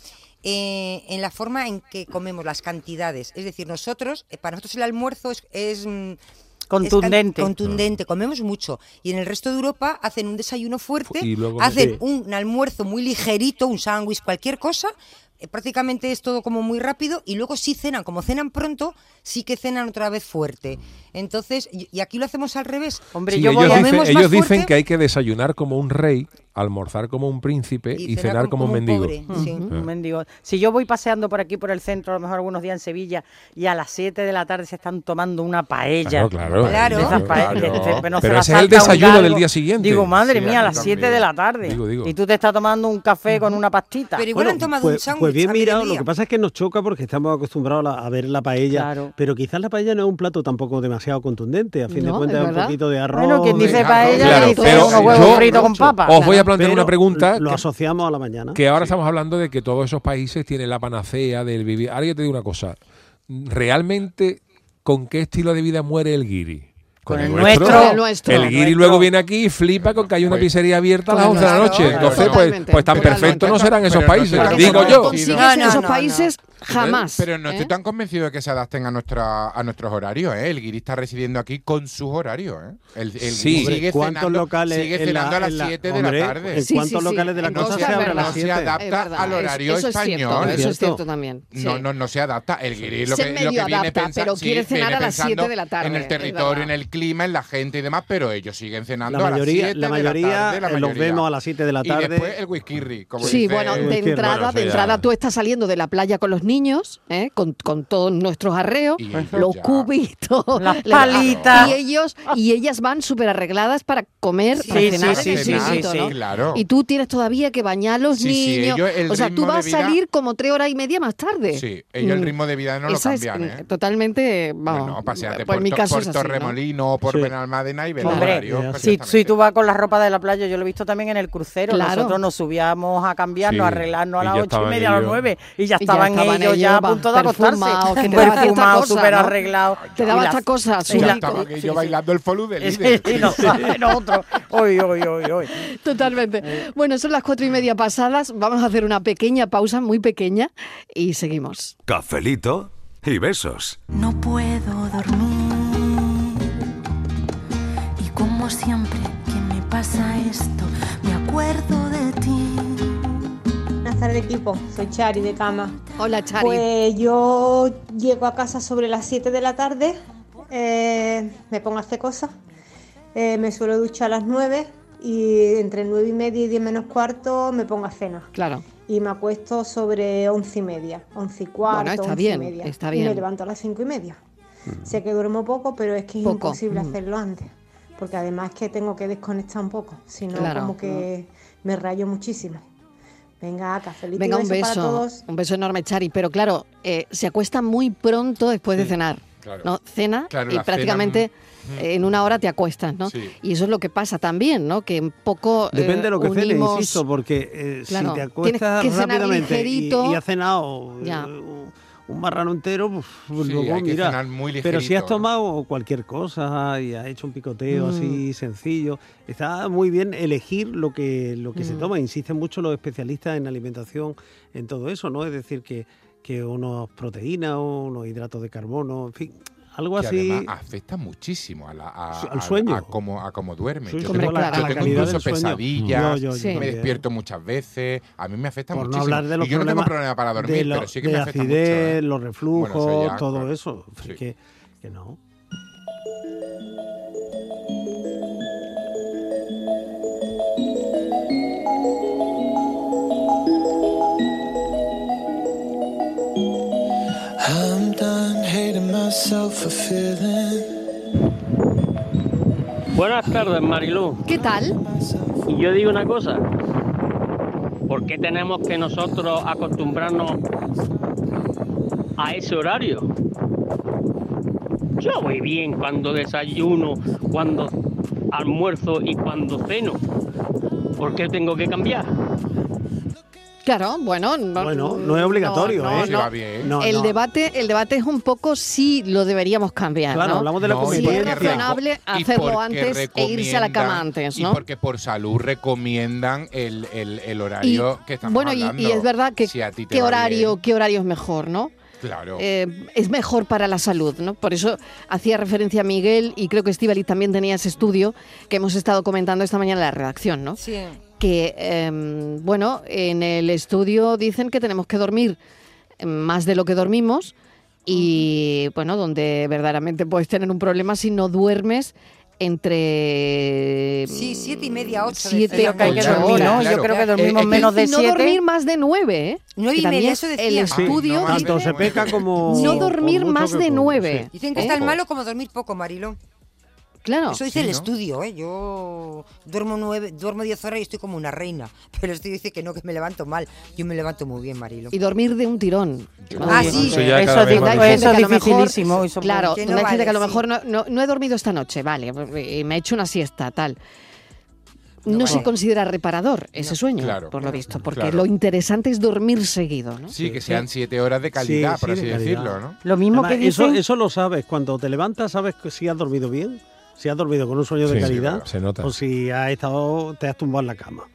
S8: eh, en la forma en que comemos, las cantidades. Es decir, nosotros, eh, para nosotros el almuerzo es... es, mm, es can-
S6: Contundente.
S8: contundente, comemos mucho. Y en el resto de Europa hacen un desayuno fuerte,
S5: Y luego-
S8: hacen
S5: Sí.
S8: un almuerzo muy ligerito, un sándwich, cualquier cosa. eh, Prácticamente es todo como muy rápido y luego sí cenan, como cenan pronto, sí que cenan otra vez fuerte. Entonces, y y aquí lo hacemos al revés.
S6: Hombre,
S5: Mm. Sí,
S6: yo voy
S5: ellos
S6: a-
S5: dicen,
S8: Comemos más
S5: ellos dicen
S8: fuerte.
S5: que hay que desayunar como un rey, almorzar como un príncipe y, cenar como, un mendigo. Mm.
S8: pobre, sí.
S6: Un mendigo. Si yo voy paseando por aquí, por el centro, a lo mejor algunos días en Sevilla, y a las 7 de la tarde se están tomando una paella.
S5: Claro, claro.
S8: Claro.
S6: De esas
S8: Claro.
S6: paellas que se-
S5: Claro.
S6: no se
S5: Pero
S6: la
S5: ese es el
S6: salta un
S5: desayuno del
S6: galgo.
S5: día siguiente.
S6: Digo, madre
S3: Sí,
S6: mía, a
S3: aquí
S6: las 7
S3: también.
S6: de la tarde.
S5: Digo, digo.
S6: Y tú te estás tomando un café con una pastita.
S8: Pero igual
S4: Bueno,
S8: han tomado un
S4: pues,
S8: sándwich.
S4: pues bien
S8: a mediodía.
S4: mirado, lo que pasa es que nos choca porque estamos acostumbrados a la- a ver la paella,
S6: Claro.
S4: pero quizás la paella no es un plato tampoco demasiado contundente, a fin
S1: No,
S4: de
S1: es
S4: cuentas un
S1: verdad.
S4: poquito de arroz.
S6: bueno, quien
S4: de-
S6: dice
S3: claro,
S6: paella
S5: claro,
S6: dice
S5: pero
S6: unos huevos
S5: yo-
S6: fritos con papa.
S5: Os voy a plantear
S4: Pero
S5: una pregunta
S4: Lo
S5: que-
S4: asociamos a la mañana.
S5: Que ahora estamos hablando de que todos esos países tienen la panacea del vivir. Ahora yo te digo una cosa. ¿Realmente con qué estilo de vida muere el guiri?
S6: Con el nuestro.
S1: Con el nuestro.
S5: El guiri
S6: Nuestro.
S5: luego viene aquí y flipa con que hay una
S3: Pues-
S5: pizzería abierta a las
S1: Claro,
S5: 11 de la noche.
S8: claro,
S5: Entonces, pues,
S1: totalmente,
S5: pues tan
S1: totalmente.
S5: perfecto no serán esos
S3: Pero no
S5: países,
S3: será
S1: Porque
S5: digo
S1: no lo
S5: yo.
S1: consigues
S8: No,
S1: en
S8: no,
S1: esos
S8: no,
S1: países jamás.
S3: Pero no estoy
S1: ¿eh?
S3: tan convencido de que se adapten a nuestra a nuestros horarios, ¿eh? El guiri está residiendo aquí con sus horarios, ¿eh? El, el
S5: Sí.
S3: guiri sigue
S4: ¿Cuántos
S3: cenando,
S4: locales
S3: sigue
S4: en la-
S3: cenando a
S4: en la-
S3: las 7 de
S4: hombre,
S3: la tarde.
S4: en
S1: Sí,
S4: cuántos
S1: sí,
S4: locales de la
S1: en
S4: cosa
S1: cosas
S4: se abre a
S1: verdad.
S4: las
S3: no se
S4: 7?
S3: adapta
S1: Es verdad,
S3: al
S1: es-
S3: horario
S1: eso Es
S3: español.
S1: cierto, eso es
S4: Cierto.
S1: cierto también.
S3: No,
S1: sí.
S3: no, no se adapta. El guiri lo
S1: Se
S3: que,
S1: medio
S3: lo que viene
S1: adapta,
S3: pensa-
S1: pero
S3: sí,
S1: quiere cenar
S3: viene
S1: a las
S3: pensando
S1: 7 de la tarde,
S3: En
S1: es
S3: el territorio, en
S1: verdad.
S3: el clima, en la gente y demás, pero ellos siguen cenando
S4: La
S3: a
S4: mayoría,
S3: las 7
S4: la mayoría,
S3: de la tarde. la
S4: eh, los
S3: mayoría.
S4: vemos a las 7 de la tarde.
S3: Y después el whisky, como
S1: Sí,
S3: dice-
S1: bueno, de
S4: Cualquier-
S1: entrada,
S5: bueno,
S1: de
S5: eso ya-
S1: entrada tú estás saliendo de la playa con los niños, ¿eh? con, con todos nuestros arreos,
S3: Y
S1: los
S3: ya.
S1: cubitos,
S6: Las palitas.
S1: Y ellos y ellas van súper arregladas para comer,
S6: Sí,
S1: para
S6: sí,
S1: cenar
S6: sí,
S1: en el
S6: sí, sí,
S1: sitio,
S6: sí.
S1: ¿no?
S3: Claro.
S1: Y tú tienes todavía que bañar a los
S3: Sí, sí,
S1: niños.
S3: ellos el
S1: o sea, tú
S3: ritmo de
S1: vas a
S3: vida-
S1: salir como tres horas y media más tarde.
S3: Sí, ellos el
S1: Mm.
S3: ritmo de vida no lo
S1: Esa es,
S3: cambian,
S1: mm,
S3: ¿eh?
S1: Totalmente, vamos.
S3: No, no, paseate
S1: pues
S3: por,
S1: en mi
S3: To-
S1: caso
S3: por
S1: es así, ¿no?
S3: Torremolino o por
S4: Sí.
S3: Benalmádena y ver
S6: Hombre,
S3: el horario
S4: sí, sí.
S6: Si,
S3: perfectamente.
S6: si tú vas con la ropa de la playa, yo lo he visto también en el crucero.
S1: Claro.
S6: Nosotros nos subíamos a cambiarnos,
S5: Sí.
S6: a arreglarnos a
S5: Y
S6: las
S5: ya
S6: ocho y
S5: estaban
S6: media, a las
S5: ellos.
S6: nueve, y ya
S1: Y ya
S6: estaban,
S1: estaban
S6: ellos ya a punto de acostarse.
S1: perfumado, que te daba cierta
S6: Perfumado,
S1: cosa,
S6: súper
S1: ¿no?
S6: arreglado.
S1: Te daba esta cosa,
S3: Ya estaba aquello bailando el folú de
S1: [laughs]
S3: líder.
S6: Y no saben otro. Hoy, hoy, hoy, hoy.
S1: Totalmente. Bueno, son las cuatro y media pasadas. Vamos a hacer una pequeña pausa, muy pequeña, y seguimos.
S9: Cafelito y besos.
S15: No puedo dormir. Y como siempre que me pasa esto, me acuerdo de ti.
S16: Buenas tardes equipo, soy Chari de Cama.
S1: Hola Chari.
S16: Pues yo llego a casa sobre las 7 de la tarde, eh, me pongo a hacer cosas, eh, me suelo duchar a las 9 y entre 9 y media y 10 menos cuarto me pongo a cenar.
S1: Claro.
S16: Y me acuesto sobre 11 y media, 11 y cuarto,
S1: Bueno, está
S16: 11
S1: bien,
S16: y media.
S1: está
S16: Y me
S1: bien.
S16: levanto a las 5 y media. Sé que duermo poco, pero es que es
S1: Poco,
S16: imposible
S1: mm.
S16: hacerlo antes. Porque además que tengo que desconectar un poco, si no
S1: Claro.
S16: como que me rayo muchísimo. Venga, cafelito y
S1: Venga, un
S16: beso para
S1: beso.
S16: todos.
S1: Un beso enorme, Chari. Pero claro, eh, se acuesta muy pronto después de cenar.
S3: claro.
S1: ¿no? Cena
S3: Claro,
S1: y
S3: la cena,
S1: prácticamente
S3: mm.
S1: eh, en una hora te acuestas, ¿no?
S3: Sí.
S1: Y eso es lo que pasa también, ¿no? Que un poco. eh,
S4: Depende de lo que cenes,
S1: unimos-
S4: insisto, porque eh,
S1: Claro,
S4: si te
S1: tienes
S4: acuestas
S1: que cenar
S4: rápidamente y,
S1: ligerito.
S4: y has cenado
S1: Ya.
S4: eh, un marrano entero, pues luego
S3: hay que
S4: mira.
S3: cenar muy
S4: pero si
S3: ligerito,
S4: has tomado cualquier cosa y has hecho un picoteo
S3: Mm.
S4: así sencillo, está muy bien elegir lo que, lo que se
S1: Mm.
S4: toma. Insisten mucho los especialistas en alimentación en todo eso, ¿no? Es decir, que, que unos proteínas, unos hidratos de carbono, en fin, algo
S3: que
S4: así.
S3: además ah, afecta muchísimo a la- a-
S4: Sí, al
S3: a-
S4: sueño.
S3: a cómo, a cómo duermes.
S4: Sí,
S3: yo
S4: hombre,
S3: tengo,
S4: claro.
S3: yo
S4: la
S3: tengo
S4: calidad
S3: incluso
S4: del sueño.
S3: pesadillas,
S4: Yo, yo, yo
S3: me
S4: también.
S3: despierto muchas veces. A mí me afecta
S4: Por no
S3: muchísimo.
S4: hablar de los
S3: y yo no tengo
S4: problemas
S3: problema para dormir,
S4: de lo-
S3: pero sí que
S4: de
S3: me afecta mucho.
S4: acidez,
S3: ¿eh?
S4: los reflujos,
S3: Bueno, eso ya,
S4: todo
S3: claro.
S4: eso.
S3: Sí.
S4: Que, que no.
S10: I'm done hating myself for feeling.
S13: Buenas tardes, Marilú.
S1: ¿Qué tal?
S13: Y yo digo una cosa. ¿Por qué tenemos que nosotros acostumbrarnos a ese horario? Yo voy bien cuando desayuno, cuando almuerzo y cuando ceno. ¿Por qué tengo que cambiar?
S1: Claro, bueno, no,
S4: Bueno, no es obligatorio,
S1: no,
S4: ¿eh?
S1: no.
S4: No,
S1: el
S4: no.
S1: debate, el debate es un poco si lo deberíamos cambiar.
S4: Claro,
S1: ¿no?
S4: hablamos de la
S1: Si
S4: conveniencia.
S1: es razonable
S3: Y
S1: hacerlo
S3: porque
S1: antes e irse a la cama antes,
S3: recomiendan-
S1: ¿no?
S3: Y porque por salud recomiendan el, el- el horario
S1: Y,
S3: que estamos
S1: bueno, y-
S3: hablando.
S1: y, es verdad que
S3: Si a ti te
S1: qué
S3: va
S1: horario,
S3: bien,
S1: qué horario es mejor, ¿no?
S3: claro.
S1: Eh, es mejor para la salud, ¿no? Por eso hacía referencia a Miguel y creo que Estivali también tenía ese estudio que hemos estado comentando esta mañana en la redacción, ¿no?
S8: Sí.
S1: Que, em, bueno, en el estudio dicen que tenemos que dormir em, más de lo que dormimos y, bueno, donde verdaderamente puedes tener un problema si no duermes entre
S8: Sí, siete y media, ocho.
S1: siete,
S8: decía.
S1: ocho horas. Eh,
S6: ¿no? Yo creo que dormimos menos de
S1: Y no
S6: 7.
S1: dormir más de nueve, ¿eh?
S8: Nueve
S1: Que
S8: y media,
S1: también
S8: eso
S1: El
S8: decía.
S4: Ah, Sí,
S1: estudio
S4: no, tanto se peca como.
S1: [laughs] no dormir
S4: por mucho
S1: más
S4: que
S1: de
S4: como,
S1: nueve. Oh.
S4: sí.
S8: Dicen que es tan malo como dormir poco, Mariló.
S1: Claro.
S8: Eso dice el estudio, ¿eh? Yo duermo nueve, duermo 10 horas y estoy como una reina. [laughs] Pero el estudio dice que no, que me levanto mal. Yo me levanto muy bien, Marilo.
S1: Y dormir de un tirón. ¿no?
S8: Ah, sí. Eso ya
S6: Eso,
S8: cada vez
S6: digo-
S8: más
S1: Hay gente que
S6: eso
S1: a
S6: es
S1: lo mejor-
S6: dificilísimo. eso
S1: claro,
S6: puede-
S1: hay gente que a lo mejor no, no- no he dormido esta noche, vale, y me he hecho una siesta, tal. No,
S8: No
S1: se
S8: vale.
S1: considera reparador ese sueño,
S3: Claro.
S1: por lo visto, porque
S3: Claro.
S1: lo interesante es dormir seguido, ¿no?
S3: Sí, que sean siete horas de
S4: Sí,
S3: calidad,
S4: sí,
S3: por así
S4: de calidad.
S3: decirlo, ¿no?
S6: Lo mismo que
S4: Además, eso,
S6: dicen-
S4: eso lo sabes. Cuando te levantas, sabes que si has dormido bien, si has dormido con un sueño de
S5: Sí, sí,
S4: calidad,
S5: se nota.
S4: o si has estado, te has tumbado en la cama.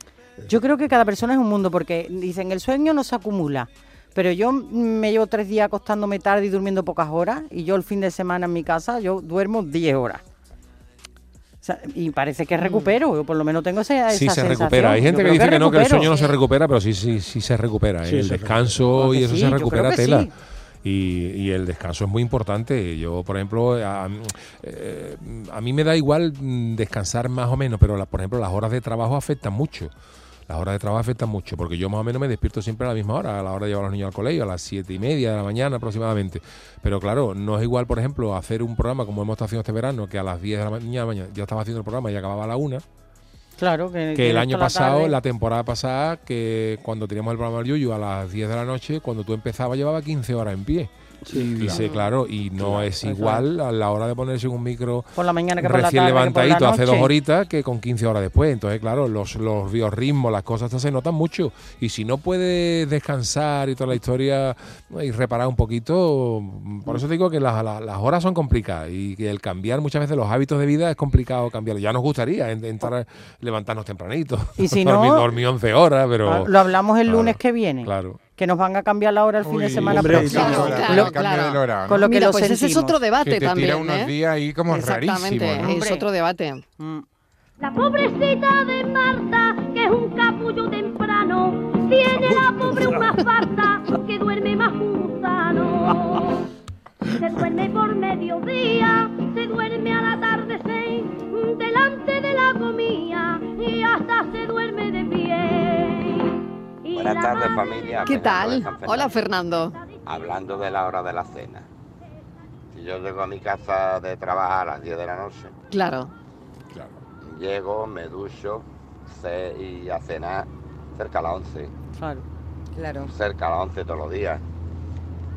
S6: Yo creo que cada persona es un mundo porque dicen el sueño no se acumula. Pero yo mm, me llevo tres días acostándome tarde y durmiendo pocas horas y yo el fin de semana en mi casa yo duermo 10 horas. O sea, y parece
S1: Mm.
S6: que recupero, yo por lo menos tengo esa,
S5: Sí
S6: esa
S5: se
S6: sensación.
S5: recupera. Hay
S6: Yo
S5: gente que
S6: creo
S5: dice que no, que el
S6: recupero.
S5: sueño no se recupera, pero sí, sí, sí se recupera. ¿eh?
S4: Sí,
S5: el
S4: se
S5: descanso
S6: recupera.
S5: y
S6: Claro
S5: eso
S6: que
S5: se
S6: sí, yo
S5: recupera
S6: creo que
S5: tela.
S6: sí.
S5: Y, y el descanso es muy importante. Yo, por ejemplo, a, eh, a mí me da igual mm, descansar más o menos, pero la- por ejemplo las horas de trabajo afectan mucho. Las horas de trabajo afectan mucho, porque yo más o menos me despierto siempre a la misma hora, a la hora de llevar a los niños al colegio, a las siete y media de la mañana aproximadamente. Pero claro, no es igual, por ejemplo, hacer un programa como hemos estado haciendo este verano, que a las 10 de la mañana mañana ya estaba haciendo el programa y acababa a la una
S6: Claro, que,
S5: que el
S6: esto
S5: año
S6: la
S5: pasado,
S6: tarde-
S5: la temporada pasada, que cuando teníamos el programa del Yuyu a las 10 de la noche, cuando tú empezabas llevaba 15 horas en pie. y dice, claro, y no es igual a la hora de ponerse en un micro
S6: Por la mañana que por la
S5: recién
S6: tarde, que por la
S5: levantadito hace dos
S6: noche.
S5: horitas que con 15 horas después. Entonces, claro, los, los biorritmos, las cosas estas se notan mucho. Y si no puedes descansar y toda la historia ¿no? y reparar un poquito, por eso te digo que las, las- las horas son complicadas y que el cambiar muchas veces los hábitos de vida es complicado cambiarlo. Ya nos gustaría en- entrar, levantarnos tempranito.
S6: Y si
S5: [laughs] dormir,
S6: no-
S5: dormir 11 horas, pero...
S6: Ah, Lo hablamos el
S5: Claro,
S6: lunes que viene.
S5: Claro.
S6: Que nos van a cambiar la hora el fin de semana
S5: hombre,
S6: próximo.
S5: el cambio de la-
S6: Lo-
S5: el cambio del horario,
S6: con
S5: ¿no?
S6: lo que
S5: Mira,
S6: lo
S5: pues ese es
S6: sentimos.
S1: otro debate
S5: Que te tira
S1: también.
S5: unos
S1: ¿eh?
S5: días ahí como
S1: Exactamente,
S5: rarísimo, ¿no?
S1: es
S5: Hombre.
S1: otro debate.
S17: La pobrecita de Marta, que es un capullo temprano, tiene la pobre una farta que duerme más que un gusano. Se duerme por mediodía, se duerme al atardecer, delante de la comida y hasta se duerme de pie. Y la
S18: Buenas tardes familia.
S1: ¿Qué
S18: Fernando de
S1: tal?
S18: San Fernando.
S1: Hola Fernando.
S18: Hablando de la hora de la cena. Si yo llego a mi casa de trabajar a las 10 de la noche,
S1: Claro.
S18: llego, me ducho ce- y a cenar cerca a las 11.
S6: Claro.
S8: Claro.
S18: Cerca a las 11 todos los días.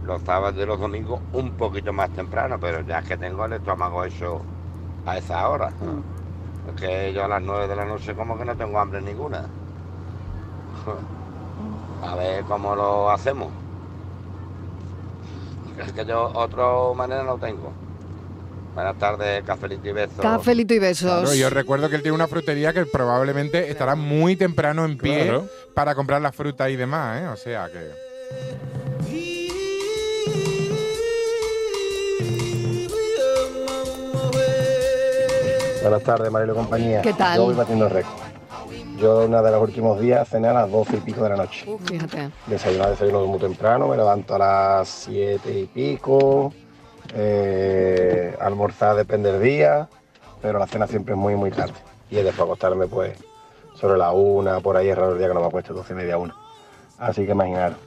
S18: Los sábados y los domingos un poquito más temprano, pero ya es que tengo el estómago hecho a esa hora. Es que yo a las 9 de la noche como que no tengo hambre ninguna. [laughs] A ver cómo lo hacemos. Es que yo otra manera no tengo. Buenas tardes, cafelito y besos.
S1: Cafelito y besos.
S3: Claro, yo recuerdo que él tiene una frutería que probablemente estará muy temprano en pie
S5: Claro.
S3: para comprar la fruta y demás, ¿eh? O sea que...
S19: Buenas tardes, Marilo y compañía.
S1: ¿Qué tal?
S19: Yo voy batiendo récord. Yo, una de los últimos días, cené a las 12 y pico de la noche.
S1: Fíjate.
S19: Desayuno, desayuno muy temprano, me levanto a las 7 y pico. Eh, almorzar depende del día, pero la cena siempre es muy, muy tarde. Y después acostarme, pues, sobre la una, por ahí es raro el día que no me acuesto, 12 y media, una.
S20: Ah.
S19: Así que imaginaros.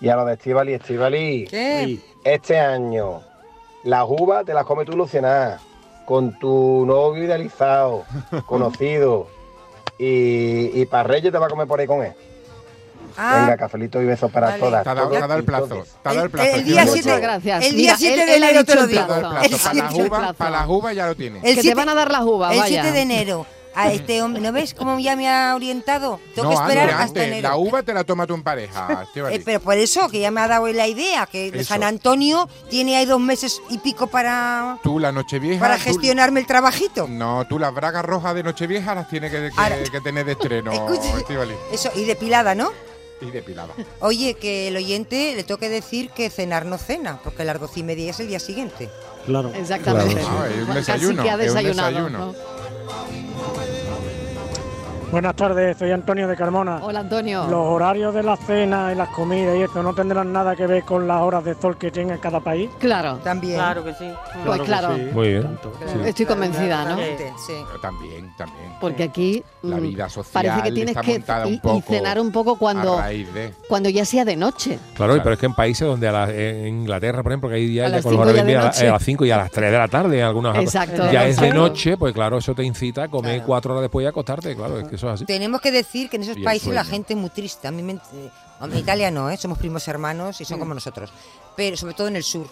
S19: Y a lo de Estivali, Estivali.
S8: ¿Qué?
S19: Este año, las uvas te las come tú, Luciana, con tu novio
S3: [laughs]
S19: idealizado, conocido. Y, y para Reyes te va a comer por ahí con él.
S6: Ah.
S19: Venga, cafelito y besos para
S3: Ah. Vale.
S19: todas.
S3: Te ha dado-
S19: todos
S3: te ha dado el
S19: y
S3: plazo,
S19: todes.
S3: te ha dado el plazo, El día Estivali. siete-
S1: Muchas gracias.
S8: el día
S1: Mira,
S8: 7
S1: él-
S8: de
S1: él ha
S8: enero te
S1: dicho
S8: lo
S1: el
S8: digo.
S1: plazo.
S8: El
S1: Él ha
S8: siete-
S1: dicho el plazo.
S3: Para las uvas ya lo tiene.
S1: Que te van a dar las uvas,
S8: El
S1: vaya.
S8: 7 de enero. A este hombre, ¿no ves cómo ya me ha orientado? Tengo
S3: No,
S8: que esperar
S3: antes,
S8: hasta
S3: antes,
S8: enero.
S3: La uva te la toma tú en pareja,
S8: [laughs]
S3: Estivali.
S8: Eh, pero por eso, que ya me ha dado la idea, que
S3: Eso.
S8: San Antonio tiene ahí dos meses y pico para,
S3: Tú la Nochevieja...
S8: para
S3: tú-
S8: gestionarme el trabajito.
S3: No, tú las bragas rojas de Nochevieja las tienes que, que- que tener
S8: [laughs]
S3: de estreno,
S8: Escucha.
S3: Estivali.
S8: Eso, y depilada, ¿no?
S3: Y depilada.
S8: Oye, que el oyente le tengo que decir que cenar no cena, porque a las doce y media es el día siguiente.
S4: Claro.
S8: Exactamente.
S3: Claro, no, es un
S8: Casi
S3: desayuno.
S8: que ha
S3: es un
S8: desayunado,
S3: desayuno.
S8: ¿no?
S21: Buenas tardes, soy Antonio de Carmona.
S1: Hola Antonio.
S21: Los horarios de la cena y las comidas y esto no tendrán nada que ver con las horas de sol que tenga cada país.
S1: Claro.
S8: También.
S6: Claro que sí.
S1: Pues claro.
S5: Muy bien.
S1: Estoy convencida, ¿no?
S3: También, también.
S1: Porque aquí
S3: La
S1: mm,
S3: vida social
S1: parece que tienes
S3: está
S1: que
S3: montada
S1: y-
S3: un
S1: y
S3: poco
S1: cenar un poco cuando,
S3: a raíz de-
S1: cuando ya sea de noche.
S5: Claro, y pero es que en países donde a la- eh, en Inglaterra, por ejemplo, que hay
S1: A
S5: días de
S1: las
S5: color
S1: cinco ya de
S5: a, la- eh,
S1: noche.
S5: a las 5 y a las 3 de la tarde en algunas
S1: Exacto.
S5: Ya es de
S1: Exacto.
S5: noche, pues claro, eso te incita a comer 4 horas después y acostarte, claro, es que eso es así.
S8: Tenemos que decir que en esos
S5: Y el
S8: países la
S5: sueño.
S8: gente es muy triste. A mí me, eh, hombre, Italia no, ¿eh? somos primos hermanos
S3: Mm.
S8: y son como nosotros, pero sobre todo en el sur.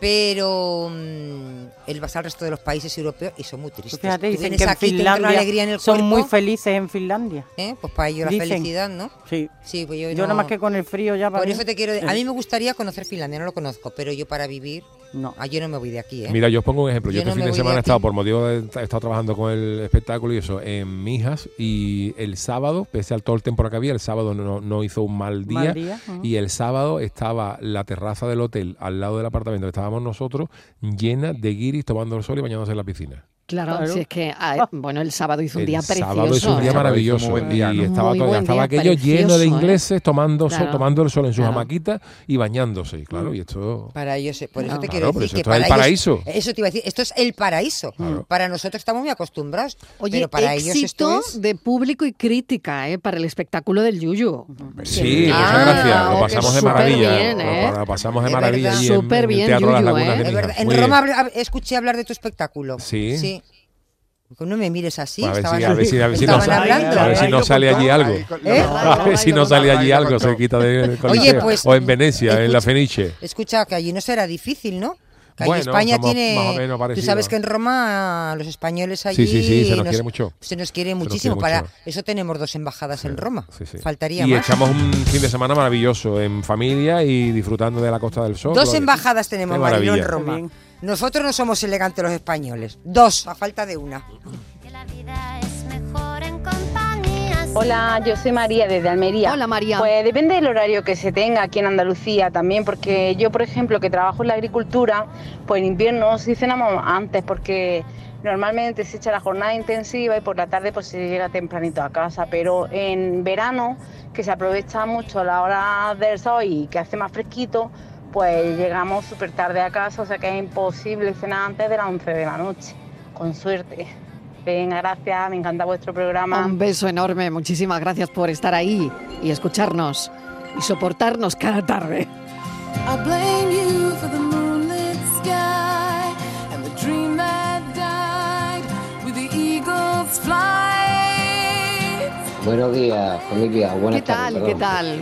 S8: Pero mm, él vas al resto de los países europeos y son muy tristes.
S6: Fíjate,
S8: Tú
S6: dicen
S8: vienes
S6: que en
S8: aquí, te entra una
S6: Finlandia
S8: alegría en el
S6: son muy
S8: cuerpo,
S6: felices en Finlandia.
S8: ¿eh? Pues para ellos la
S6: Dicen.
S8: felicidad, ¿no?
S6: Sí.
S8: Sí, pues yo,
S6: Yo nada más que con el frío ya para
S8: Por
S6: mí.
S8: eso te quiero.
S6: Sí.
S8: A mí me gustaría conocer Finlandia, no lo conozco, pero yo para vivir.
S6: No.
S8: Ah, yo no me voy de aquí, ¿eh?
S5: Mira, yo os pongo un ejemplo. Yo,
S8: Yo
S5: este
S8: no
S5: fin
S8: me
S5: de
S8: voy
S5: semana
S8: de
S5: he estado
S8: aquí.
S5: por motivo de, he estado trabajando con el espectáculo y eso en Mijas y el sábado, pese al todo el temporal que había, el sábado no, no hizo un mal día,
S6: Mal día, ujú.
S5: y el sábado estaba la terraza del hotel al lado del apartamento que estábamos nosotros llena de guiris tomando el sol y bañándose en la piscina.
S1: Claro,
S5: Claro.
S1: si es que ah, bueno, el sábado hizo un día precioso.
S5: Sábado es un día
S1: ¿eh?
S5: maravilloso
S3: Muy buen día,
S5: y
S3: ¿no?
S5: estaba,
S1: Muy
S5: todo-
S1: buen
S5: estaba
S1: día,
S5: aquello lleno
S1: precioso,
S5: de
S1: ¿eh?
S5: ingleses tomando, sol-
S1: Claro.
S5: tomando el sol en sus
S1: Claro.
S5: hamaquitas y bañándose, claro, y esto...
S8: Para ellos, eh, por eso
S5: Mm. No.
S8: te
S5: Claro,
S8: quiero
S5: pero
S8: decir
S5: eso
S8: que
S5: esto es
S8: para
S5: el
S8: ellos-
S5: paraíso.
S8: eso te iba a decir, esto es el paraíso. Para nosotros estamos muy acostumbrados,
S1: Oye,
S8: pero para
S1: éxito
S8: ellos esto es
S1: de público y crítica ¿eh? para el espectáculo del Yuyu.
S5: Sí,
S1: Ah,
S5: muchas gracias. Lo
S1: que
S5: pasamos de
S1: súper
S5: maravilla.
S1: bien, ¿eh?
S5: Lo pasamos de
S1: Es
S5: maravilla.
S1: verdad.
S5: allí en-
S1: Súper
S5: en el
S1: bien,
S5: Teatro Las
S1: Yuyu,
S5: Lagunas
S1: ¿eh?
S5: de
S1: Es
S5: Mijas.
S1: verdad.
S8: En
S5: Muy
S8: Roma
S5: bien.
S8: habl- hab- escuché hablar de tu espectáculo.
S5: Sí. Pues
S8: Sí. Que no me mires así.
S5: a ver
S8: estaban
S5: si, a ver si, a ver si no,
S8: estaban
S5: sale-
S8: hablando.
S5: a ver si no sale allí algo.
S8: ¿Eh?
S5: [laughs] A ver si no sale allí algo, se quita de del Coliseo.
S8: pues,
S5: O en Venecia, en la Fenice.
S8: Escucha, que allí no será difícil, ¿no? Que allí
S5: Bueno,
S8: España
S5: somos
S8: tiene.
S5: más o menos
S8: Tú
S5: parecidos.
S8: sabes que en Roma ah, los españoles allí.
S5: Sí, sí, sí, se nos quiere mucho.
S8: Se nos quiere
S5: Se nos
S8: muchísimo.
S5: quiere
S8: para
S5: mucho.
S8: Eso tenemos dos embajadas en Roma.
S5: sí.
S8: Faltaría
S5: Y
S8: más.
S5: echamos un fin de semana maravilloso en familia y disfrutando de la Costa del Sol.
S8: Dos
S5: Lo-
S8: embajadas tenemos,
S5: Qué
S8: Mariló, en
S5: maravilla.
S8: Roma.
S5: Qué bien.
S8: Nosotros no somos elegantes los españoles. Dos, a falta de una.
S22: Hola, yo soy María desde Almería. Hola María. Pues depende del horario que se tenga aquí en Andalucía también, porque yo, por ejemplo, que trabajo en la agricultura, pues en invierno sí cenamos antes, porque normalmente se echa la jornada intensiva y por la tarde pues se llega tempranito a casa, pero en verano, que se aprovecha mucho la hora del sol y que hace más fresquito, pues llegamos súper tarde a casa, o sea que es imposible cenar antes de las 11 de la noche, con suerte. Venga, gracias, me encanta vuestro programa.
S1: Un beso enorme, muchísimas gracias por estar ahí y escucharnos y soportarnos cada tarde.
S15: I blame you for the moonlit sky and the dream that died with the eagle's flight.
S23: Buenos días, familia. Buenas
S1: ¿Qué tal?
S23: tardes,
S1: ¿Qué
S23: perdón.
S1: tal?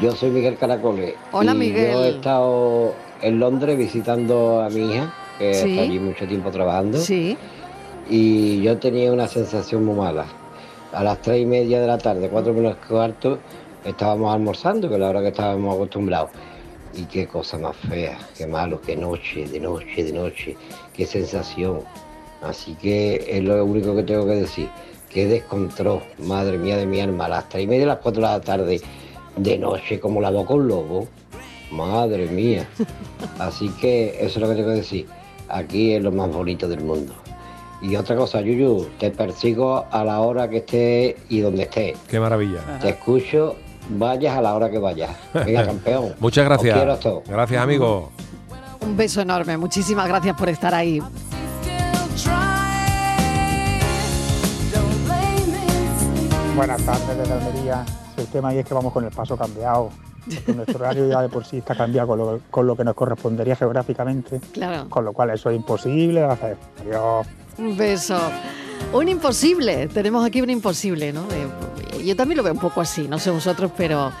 S23: Yo soy Miguel Caracoles.
S1: Hola,
S23: y
S1: Miguel.
S23: Yo he estado en Londres visitando a mi hija, que
S1: Sí.
S23: está allí mucho tiempo trabajando. Y yo tenía una sensación muy mala. A las tres y media de la tarde, cuatro menos cuarto, estábamos almorzando, que es la hora que estábamos acostumbrados. Y qué cosa más fea, qué malo, qué noche, de noche, de noche, qué sensación. Así que es lo único que tengo que decir. Qué descontrol, madre mía de mi alma, a las tres y media, a las cuatro de la tarde, de noche, como la boca un lobo. Madre mía. Así que eso es lo que tengo que decir. Aquí es lo más bonito del mundo. Y otra cosa, Yuyu, te persigo a la hora que esté y donde esté.
S5: Qué maravilla.
S23: Te escucho, vayas a la hora que vayas. Venga, campeón.
S5: Muchas
S23: Os
S5: gracias.
S23: quiero a todos.
S5: Gracias, amigo.
S1: Un beso enorme, muchísimas gracias por estar ahí.
S20: Buenas tardes desde Almería. Si el tema ahí es que vamos con el paso cambiado. porque Nuestro horario ya de por sí está cambiado con lo, con lo que nos correspondería geográficamente.
S1: Claro.
S20: Con lo cual eso es imposible de hacer. Adiós.
S1: Un beso. Un imposible, tenemos aquí un imposible, ¿no? De- yo también lo veo un poco así, no sé vosotros, pero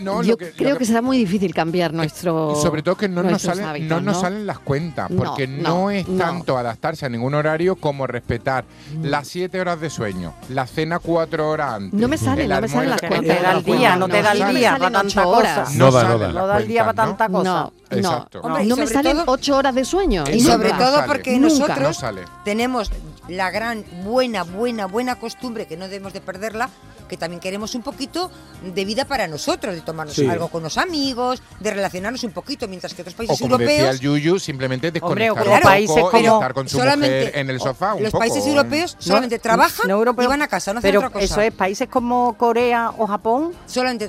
S3: No,
S1: yo
S3: lo que- lo
S1: creo que,
S3: que- Eh,
S1: será muy difícil cambiar nuestro
S3: Y sobre todo que no nos,
S1: nuestros
S3: salen, no
S1: hábitos,
S3: nos salen las cuentas,
S1: No,
S3: porque no,
S1: no,
S3: es
S1: no.
S3: tanto adaptarse a ningún horario como respetar las 7 horas de sueño, la cena 4 horas antes.
S1: No me
S3: el
S1: salen, no me salen las
S3: almuerzo-
S1: cuentas. No te da el día, no te da el
S3: salen.
S1: día, va tanta cosa.
S3: No
S5: No da,
S3: salen
S5: no da.
S3: las
S5: No
S6: da el día
S3: cuentas,
S6: para tanta
S3: ¿no?
S6: cosa.
S1: No,
S3: Exacto.
S1: no, no me salen ocho horas de sueño.
S3: Eh,
S1: y
S3: sobre
S1: nunca.
S3: todo
S8: Todo porque
S1: Nunca.
S8: nosotros tenemos la gran, buena, buena, buena costumbre, que no debemos de perderla, que también queremos un poquito de vida para nosotros, de tomarnos
S3: Sí.
S8: algo con los amigos, de relacionarnos un poquito, mientras que otros
S3: O
S8: países
S3: como decía
S8: europeos...
S3: el Yuyu, simplemente
S8: Hombre,
S3: desconectar
S8: claro,
S3: un
S8: países
S3: poco y
S8: como-
S3: estar con su
S8: solamente-
S3: mujer en el sofá. un
S8: los
S3: poco.
S8: países europeos solamente trabajan y van a casa, no hacen
S6: pero
S8: otra cosa.
S6: Eso es, países como Corea o Japón,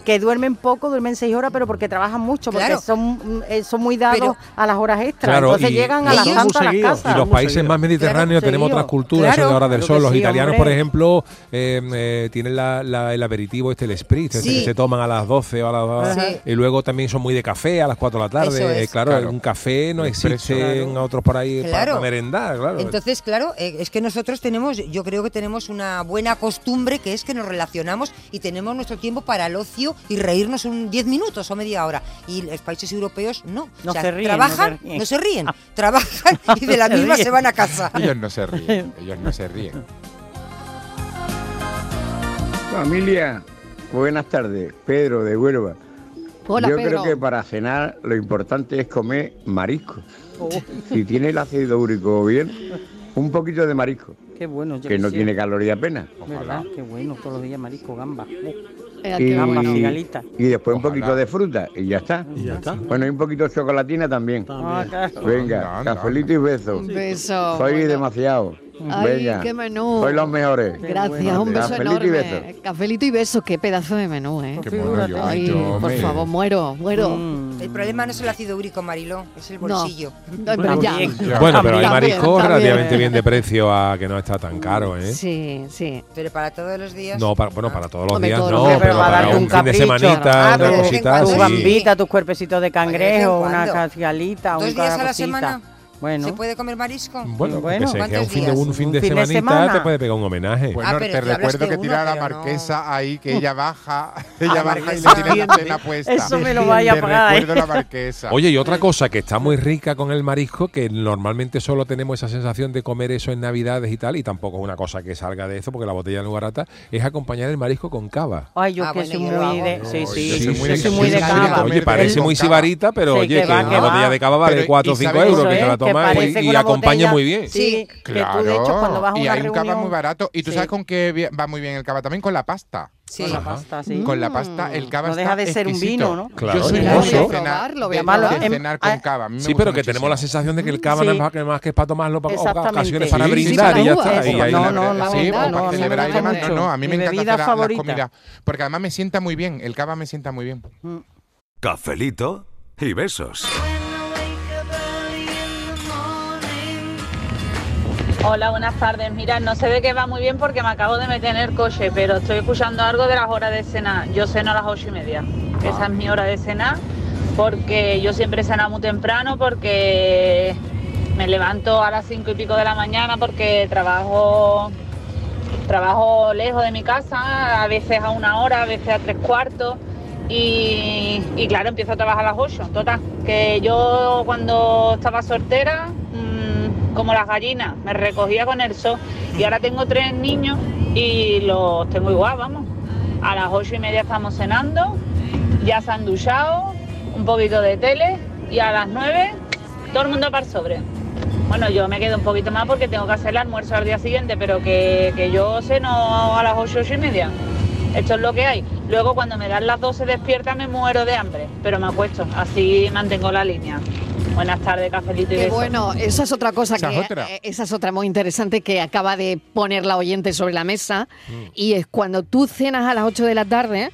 S8: que
S6: duermen poco, duermen seis horas, pero porque trabajan mucho, porque
S8: Claro.
S6: son, mm, eh, son muy dados
S8: Pero-
S6: a las horas extras.
S5: Claro,
S6: Entonces
S5: y-
S6: llegan a las
S5: Ellos-
S6: tantas a las casas.
S5: Y los países más mediterráneos
S6: Claro,
S5: tenemos
S6: seguido.
S5: otras culturas,
S6: Claro.
S5: eso de hora del
S6: Claro
S5: sol.
S6: que
S5: Los
S6: sí,
S5: italianos,
S6: hombre.
S5: por ejemplo, eh, eh, tienen la- la- el aperitivo, este, el spritz, este
S6: Sí.
S5: que se toman a las 12 o a las
S6: Sí.
S5: Y luego también son muy de café a las 4 de la tarde.
S8: Eso es.
S5: Eh, claro,
S8: Claro.
S5: un café no existe en otros por ahí para,
S8: Claro.
S5: para merendar, claro.
S8: Entonces, claro, eh, es que nosotros tenemos, yo creo que tenemos una buena costumbre que es que nos relacionamos y tenemos nuestro tiempo para el ocio y reírnos un 10 minutos o media hora. Y los países europeos no.
S6: No
S8: O sea,
S6: se ríen,
S8: Trabajan,
S6: no se ríen.
S8: no se ríen. [laughs] Trabajan y de la
S6: Se
S8: misma
S6: ríen.
S8: se van a casa.
S3: Ellos no se ríen, ellos no se ríen.
S24: Familia, buenas tardes. Pedro de Huelva.
S1: Hola,
S24: Yo
S1: Pedro.
S24: creo que para cenar lo importante es comer marisco. Si tiene el ácido úrico bien, un poquito de marisco,
S6: Qué bueno, yo
S24: que no
S6: quisiera.
S24: tiene caloría apenas.
S6: ¿Verdad? Qué bueno, todos los días marisco, gamba. Uh.
S24: Y,
S6: Gamba, cigalita.
S24: y después un poquito de fruta y ya está. Bueno, y un poquito de chocolatina también.
S6: Ah, claro.
S24: Venga, cafelito y besos.
S1: Un beso.
S24: Soy
S1: Bueno.
S24: demasiado.
S1: Ay,
S24: Venga.
S1: qué menú.
S24: Soy los mejores.
S1: Gracias, un beso
S24: Cafelito
S1: enorme.
S24: y besos.
S1: Cafelito y beso, qué pedazo de menú, ¿eh?
S24: Qué mono, yo-
S1: Ay,
S24: yo
S1: por
S24: me-
S1: favor, muero, muero.
S8: Mm. El problema no es el ácido úrico, Mariló, es el
S1: No.
S8: bolsillo.
S1: No, pero ya.
S5: Bueno,
S8: Ah,
S5: pero hay
S1: También,
S5: marisco
S1: también.
S5: relativamente bien de precio a que no está tan caro, ¿eh?
S1: Sí, sí.
S8: Pero para todos los días.
S5: No, para- bueno, para todos los
S1: Hombre,
S5: días
S1: todos
S5: no,
S1: los días.
S5: pero
S1: Pero va a
S5: para
S1: darte
S5: un
S1: un
S5: fin de
S1: caprichito,
S5: semanita,
S1: Ah,
S5: una
S1: pero de vez en
S5: cosita,
S6: Tu
S5: sí.
S6: gambita, tus cuerpecitos de
S8: en
S6: cangrejo, una
S8: cuando.
S6: cigalita,
S8: ¿Dos
S6: un
S8: días a la
S6: cosita.
S8: semana?
S6: Bueno.
S8: ¿Se puede comer marisco?
S5: Bueno, bueno que, un
S8: ¿cuántos
S5: fin de,
S8: días?
S5: un fin de semanita te puede pegar un homenaje.
S3: Eh,
S6: Ah,
S3: Bueno, te recuerdo que tirar a la marquesa ahí, que ella
S6: [laughs]
S3: baja, ella
S5: Ah,
S3: baja y le
S5: marquesa.
S3: tiene la cena puesta.
S6: Eso me lo vaya a
S3: Te
S6: pagar,
S3: recuerdo
S6: ¿eh?
S3: la marquesa.
S5: Oye, y otra cosa que está muy rica con el marisco, que normalmente solo tenemos esa sensación de comer eso en Navidades y tal, y tampoco es una cosa que salga de eso, porque la botella no es barata, es acompañar el marisco con cava.
S6: Ay, yo
S8: Ah,
S6: que
S8: bueno,
S6: soy
S8: yo lo
S6: muy
S8: hago.
S6: de. Sí, sí,
S5: yo soy muy de-
S6: yo soy muy
S5: sí,
S6: de
S5: sí,
S6: cava.
S5: Oye, parece muy sibarita, pero
S6: Sí,
S5: oye,
S6: que
S5: que
S6: va, que
S5: una
S6: va.
S5: botella de cava vale
S3: Pero,
S5: 4 o
S3: ¿y
S5: 5
S3: sabes
S5: euros,
S3: eso,
S5: que te
S3: eh? Que
S5: la tomas
S6: parece
S5: y,
S6: que una
S5: acompaña
S6: botella-
S5: muy bien.
S6: Sí, que tú, de hecho, cuando vas a
S3: y
S6: una
S3: hay un cava
S6: reunión-
S3: muy barato. Y tú
S6: Sí.
S3: sabes con qué bien- va muy bien el cava también, con la pasta.
S6: Sí. Con la pasta, sí. Mm.
S3: Con la pasta, el cava
S6: No deja
S3: está
S6: de ser un
S3: exquisito.
S6: vino, ¿no?
S5: Claro,
S3: Yo soy
S5: es
S3: muy de
S5: hermoso.
S3: cenar,
S6: Lo voy a Em,
S3: de-
S6: probar.
S3: de cenar con cava. A mí me
S5: Sí,
S3: gusta
S5: pero que tenemos la sensación de que el cava
S3: Sí.
S5: no es más que, más que es para tomarlo para
S6: Exactamente.
S5: ocasiones para
S3: Sí, sí,
S5: brindar
S3: para
S5: y ya
S3: uvas,
S5: está. Y
S3: eso.
S5: ahí
S3: No,
S5: la-
S3: no, la
S5: sí,
S3: verdad, no,
S5: pues, para
S3: a mí me
S5: celebrar y
S3: gusta
S5: demás.
S3: mucho. No, a mí
S6: Mi
S3: me encanta
S6: bebida
S3: hacer la- las
S6: favorita.
S3: comidas. Porque además me sienta muy bien. El cava me sienta muy bien.
S9: Cafelito y besos.
S2: Hola, buenas tardes. Mira, no se ve que va muy bien porque me acabo de meter en el coche, pero estoy escuchando algo de las horas de cena. Yo ceno a las ocho y media. Esa es mi hora de cenar porque yo siempre ceno muy temprano porque me levanto a las cinco y pico de la mañana porque trabajo trabajo lejos de mi casa, a veces a una hora, a veces a tres cuartos. Y, y claro, empiezo a trabajar a las 8. Total, que yo cuando estaba soltera, mm, como las gallinas, me recogía con el sol. Y ahora tengo tres niños y los tengo igual, vamos. A las ocho y media estamos cenando, ya se han duchado, un poquito de tele y a las 9 todo el mundo para el sobre. Bueno, yo me quedo un poquito más porque tengo que hacer el almuerzo al día siguiente, pero que, que yo ceno a las 8, 8 y media. Esto es lo que hay. Luego cuando me dan las 12 despierta me muero de hambre, pero me acuesto. Así mantengo la línea. Buenas tardes, cafelito y
S1: Qué
S2: besos.
S1: bueno, esa es otra cosa
S2: Esa
S1: que
S2: es otra.
S1: eh, esa es otra muy interesante que acaba de poner la oyente sobre la mesa
S5: Mm.
S1: y es cuando tú cenas a las 8 de la tarde,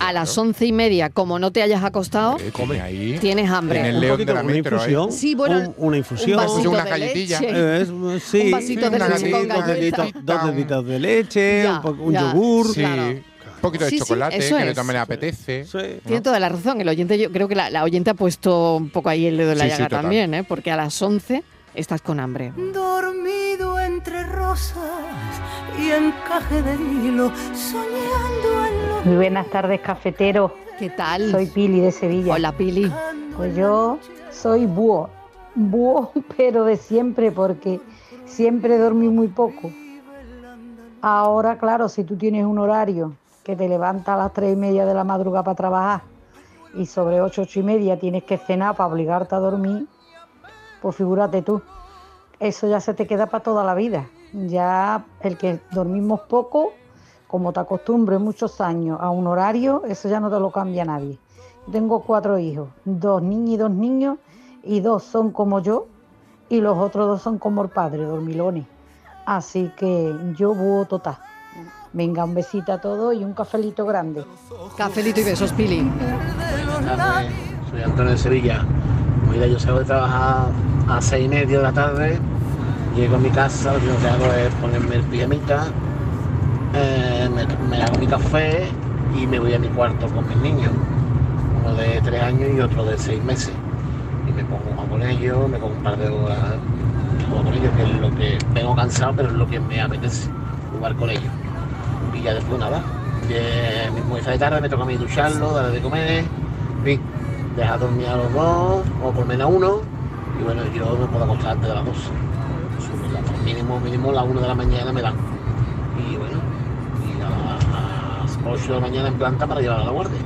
S1: a las once y media, como no te hayas
S5: Eh,
S1: acostado,
S3: Come ahí.
S1: tienes hambre.
S3: En el león de la
S4: una
S3: metro, ahí.
S4: infusión.
S1: Sí, bueno,
S4: un- una infusión.
S1: un vasito Una de galletilla. leche.
S4: Eh, es- eh, sí,
S1: Un vasito de
S4: una
S1: leche con
S4: galletita,
S1: galleta.
S4: dos deditos- Dos deditos de leche, un, poco- un yogur.
S3: Sí. Un poquito de
S1: Sí, sí,
S3: chocolate
S1: eso
S3: que
S1: es.
S3: le tomen apetece.
S1: Tiene toda la razón. El oyente, yo creo que la, la oyente ha puesto un poco ahí el dedo en la
S3: Sí, sí,
S1: llaga
S3: total.
S1: también, ¿eh? porque a las 11 estás con hambre.
S12: Dormido entre rosas y encaje de hilo, soñando en
S15: Ah,
S12: los
S25: Muy buenas tardes, cafeteros.
S1: ¿Qué tal?
S25: Soy Pili de Sevilla.
S1: Hola, Pili.
S25: Pues yo soy búho. Búho, [laughs] pero de siempre, porque siempre dormí muy poco. Ahora, claro, si tú tienes un horario que te levanta a las tres y media de la madrugada para trabajar y sobre ocho, ocho y media tienes que cenar para obligarte a dormir, pues figúrate tú, eso ya se te queda para toda la vida. Ya el que dormimos poco, como te acostumbres muchos años a un horario, eso ya no te lo cambia nadie. Yo Tengo cuatro hijos, dos niñas y dos niños, y dos son como yo, y los otros dos son como el padre, dormilones. Así que yo búho total. Venga, un besito a todos y un cafelito grande.
S1: Cafelito y besos, Pili.
S25: Buenas
S26: Soy Antonio de Sevilla. Mira, yo salgo de trabajar a seis y media de la tarde, llego a mi casa, lo primero que hago es ponerme el pijamita, eh, me, me hago mi café y me voy a mi cuarto con mis niños, uno de tres años y otro de seis meses. Y me pongo a jugar con ellos, me pongo un par de horas a jugar con ellos, que es lo que vengo cansado, pero es lo que me apetece, jugar con ellos. Y ya después nada, que mi mujer de tarde me toca a mí ducharlo, darle de comer, en fin, dejar dormir a los dos, o por lo menos a uno, y bueno, yo me puedo acostar antes de las 12. Sobre la- Mínimo, mínimo las 1 de la mañana me dan. Y bueno, y a las 8 de la mañana en planta para llevar a la guardia.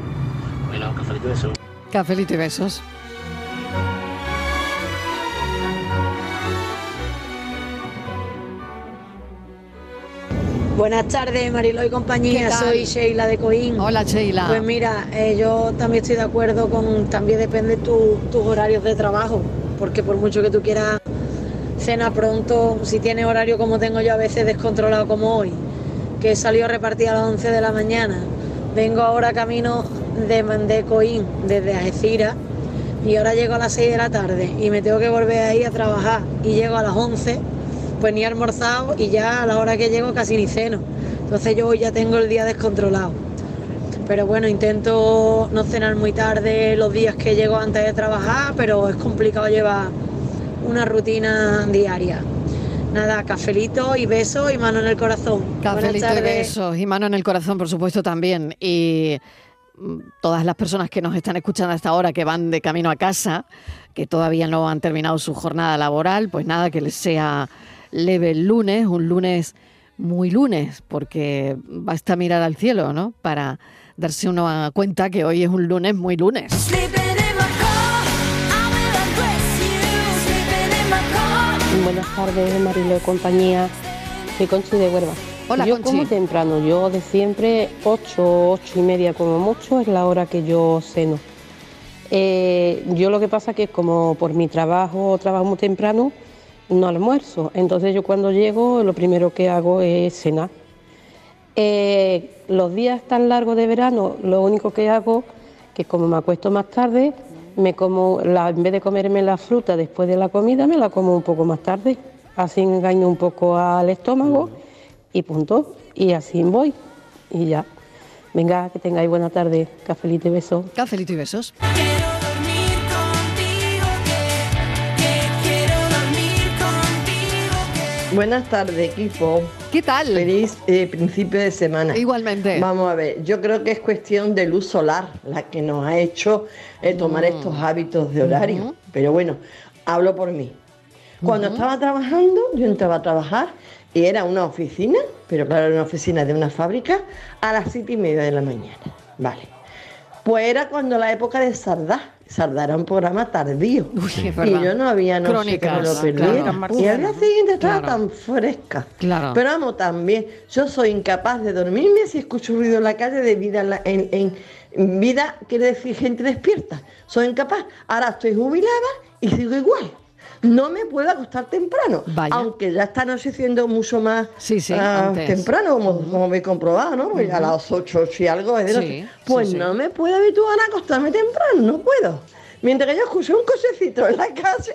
S26: Bueno, cafelito de eso.
S1: Cafelito y besos.
S27: Buenas tardes, Marilo y
S1: ¿Qué
S27: compañía.
S1: tal?
S27: Soy Sheila de Coín.
S1: Hola, Sheila.
S27: Pues mira, eh, yo también estoy de acuerdo con, también depende tu- tus horarios de trabajo, porque por mucho que tú quieras cena pronto, si tienes horario como tengo yo a veces descontrolado como hoy, que he salido a repartir a las 11 de la mañana, vengo ahora camino de, de Coín, desde Algeciras, y ahora llego a las 6 de la tarde y me tengo que volver ahí a trabajar y llego a las 11, pues ni he almorzado y ya a la hora que llego casi ni ceno. Entonces yo hoy ya tengo el día descontrolado. Pero bueno, intento no cenar muy tarde los días que llego antes de trabajar, pero es complicado llevar una rutina diaria. Nada, cafelito y beso y mano en el corazón. Buenas
S1: Cafelito y
S27: tardes.
S1: besos y mano en el corazón, por supuesto, también. Y mm, todas las personas que nos están escuchando hasta ahora, que van de camino a casa, que todavía no han terminado su jornada laboral, pues nada, que les sea leve el lunes, un lunes muy lunes, porque basta mirar al cielo, ¿no? Para darse uno a cuenta que hoy es un lunes muy lunes.
S10: Buenas tardes, Marilo de compañía. Soy Conchi de Huerva.
S1: Hola,
S10: yo
S1: Conchi.
S10: como temprano, yo de siempre 8, 8 y media como mucho es la hora que yo ceno. Eh, yo lo que pasa que como por mi trabajo trabajo muy temprano, no almuerzo. Entonces yo cuando llego lo primero que hago es cenar. Eh, los días tan largos de verano, lo único que hago que como me acuesto más tarde, me como la, en vez de comerme la fruta después de la comida, me la como un poco más tarde. Así engaño un poco al estómago y punto. Y así voy. Y ya. Venga, que tengáis buena tarde. Cafelito y besos.
S1: Cafelito y besos.
S7: Buenas tardes, equipo.
S1: ¿Qué tal?
S7: Feliz eh, principio de semana.
S1: Igualmente.
S7: Vamos a ver, yo creo que es cuestión de luz solar la que nos ha hecho eh, tomar
S1: Mm.
S7: estos hábitos de horario.
S16: Ujú.
S7: Pero bueno, hablo por mí. Cuando
S16: Ujú.
S7: estaba trabajando, yo entraba a trabajar y era una oficina, pero claro, era una oficina de una fábrica, a las siete y media de la mañana. Vale. Pues era cuando la época de Sardá. Sardá era un programa tardío.
S1: es
S7: y
S1: verdad.
S7: yo no había no
S1: Crónicas,
S7: sé que me lo perdiera.
S1: claro.
S7: Y al día siguiente estaba
S1: Claro.
S7: tan fresca.
S1: Claro.
S7: Pero amo también. Yo soy incapaz de dormirme si escucho ruido en la calle de vida en, la- en- en- vida quiere decir gente despierta. Soy incapaz. Ahora estoy jubilada y sigo igual. No me puedo acostar temprano, aunque ya está anocheciendo mucho más
S1: sí,
S7: ah,
S1: antes.
S7: temprano, como, como me he comprobado, ¿no? Pues A
S1: Ujú.
S7: las 8, 8 y algo es de
S1: Sí,
S7: noche.
S1: sí,
S7: Pues
S1: sí.
S7: no me puedo habituar a acostarme temprano, no puedo. Mientras que yo escucho un cosecito en la calle,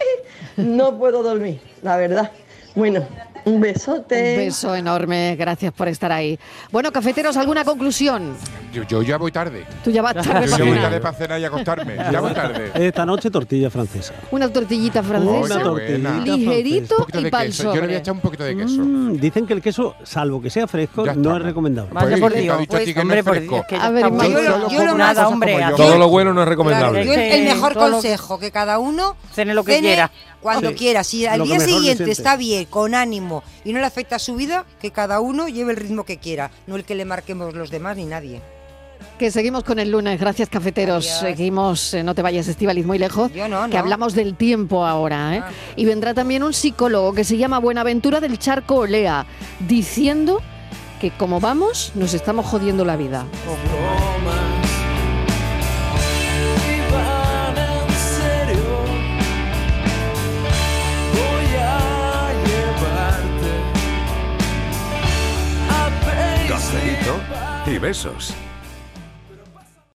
S7: no puedo dormir, la verdad. Bueno, un besote.
S1: Un beso enorme, gracias por estar ahí. Bueno, cafeteros, ¿alguna conclusión?
S3: Yo, yo ya voy tarde.
S1: Tú ya vas tarde
S3: Yo
S1: para
S3: ya voy
S1: cenar.
S3: tarde para cenar y acostarme. Ya voy tarde.
S4: Esta noche tortilla francesa.
S1: Una tortillita francesa,
S4: Una tortillita francesa.
S1: ligerito y pa'l sobre.
S3: un poquito de
S4: queso. dicen que el queso, salvo que sea fresco, no es recomendable.
S5: Vaya, Pues, por ¿qué te Dios, ha dicho a ti pues, que no es hombre, por fresco? Dios, que
S1: A ver,
S5: Yo
S1: Manuel,
S5: solo como
S1: nada,
S5: cosas
S1: hombre,
S5: como yo.
S1: a-
S5: Todo lo bueno no es recomendable.
S8: Yo el, el mejor
S6: todo lo-
S8: consejo, que cada uno
S6: Cene lo que quiera.
S8: cuando
S6: Sí.
S8: quiera. Si al
S6: Lo que
S8: día
S6: mejor le
S8: siguiente
S6: siente.
S8: está bien, con ánimo y no le afecta a su vida, que cada uno lleve el ritmo que quiera, no el que le marquemos los demás ni nadie.
S1: Que seguimos con el lunes, gracias cafeteros. Seguimos, eh, no te vayas, Estivaliz, muy lejos.
S8: no,
S1: Que
S8: no.
S1: hablamos del tiempo ahora. ¿eh? Y vendrá también un psicólogo que se llama Buenaventura del Charco Olea, diciendo que como vamos, nos estamos jodiendo la vida.
S15: Van en serio, voy a llevarte a
S9: Cafelito y besos.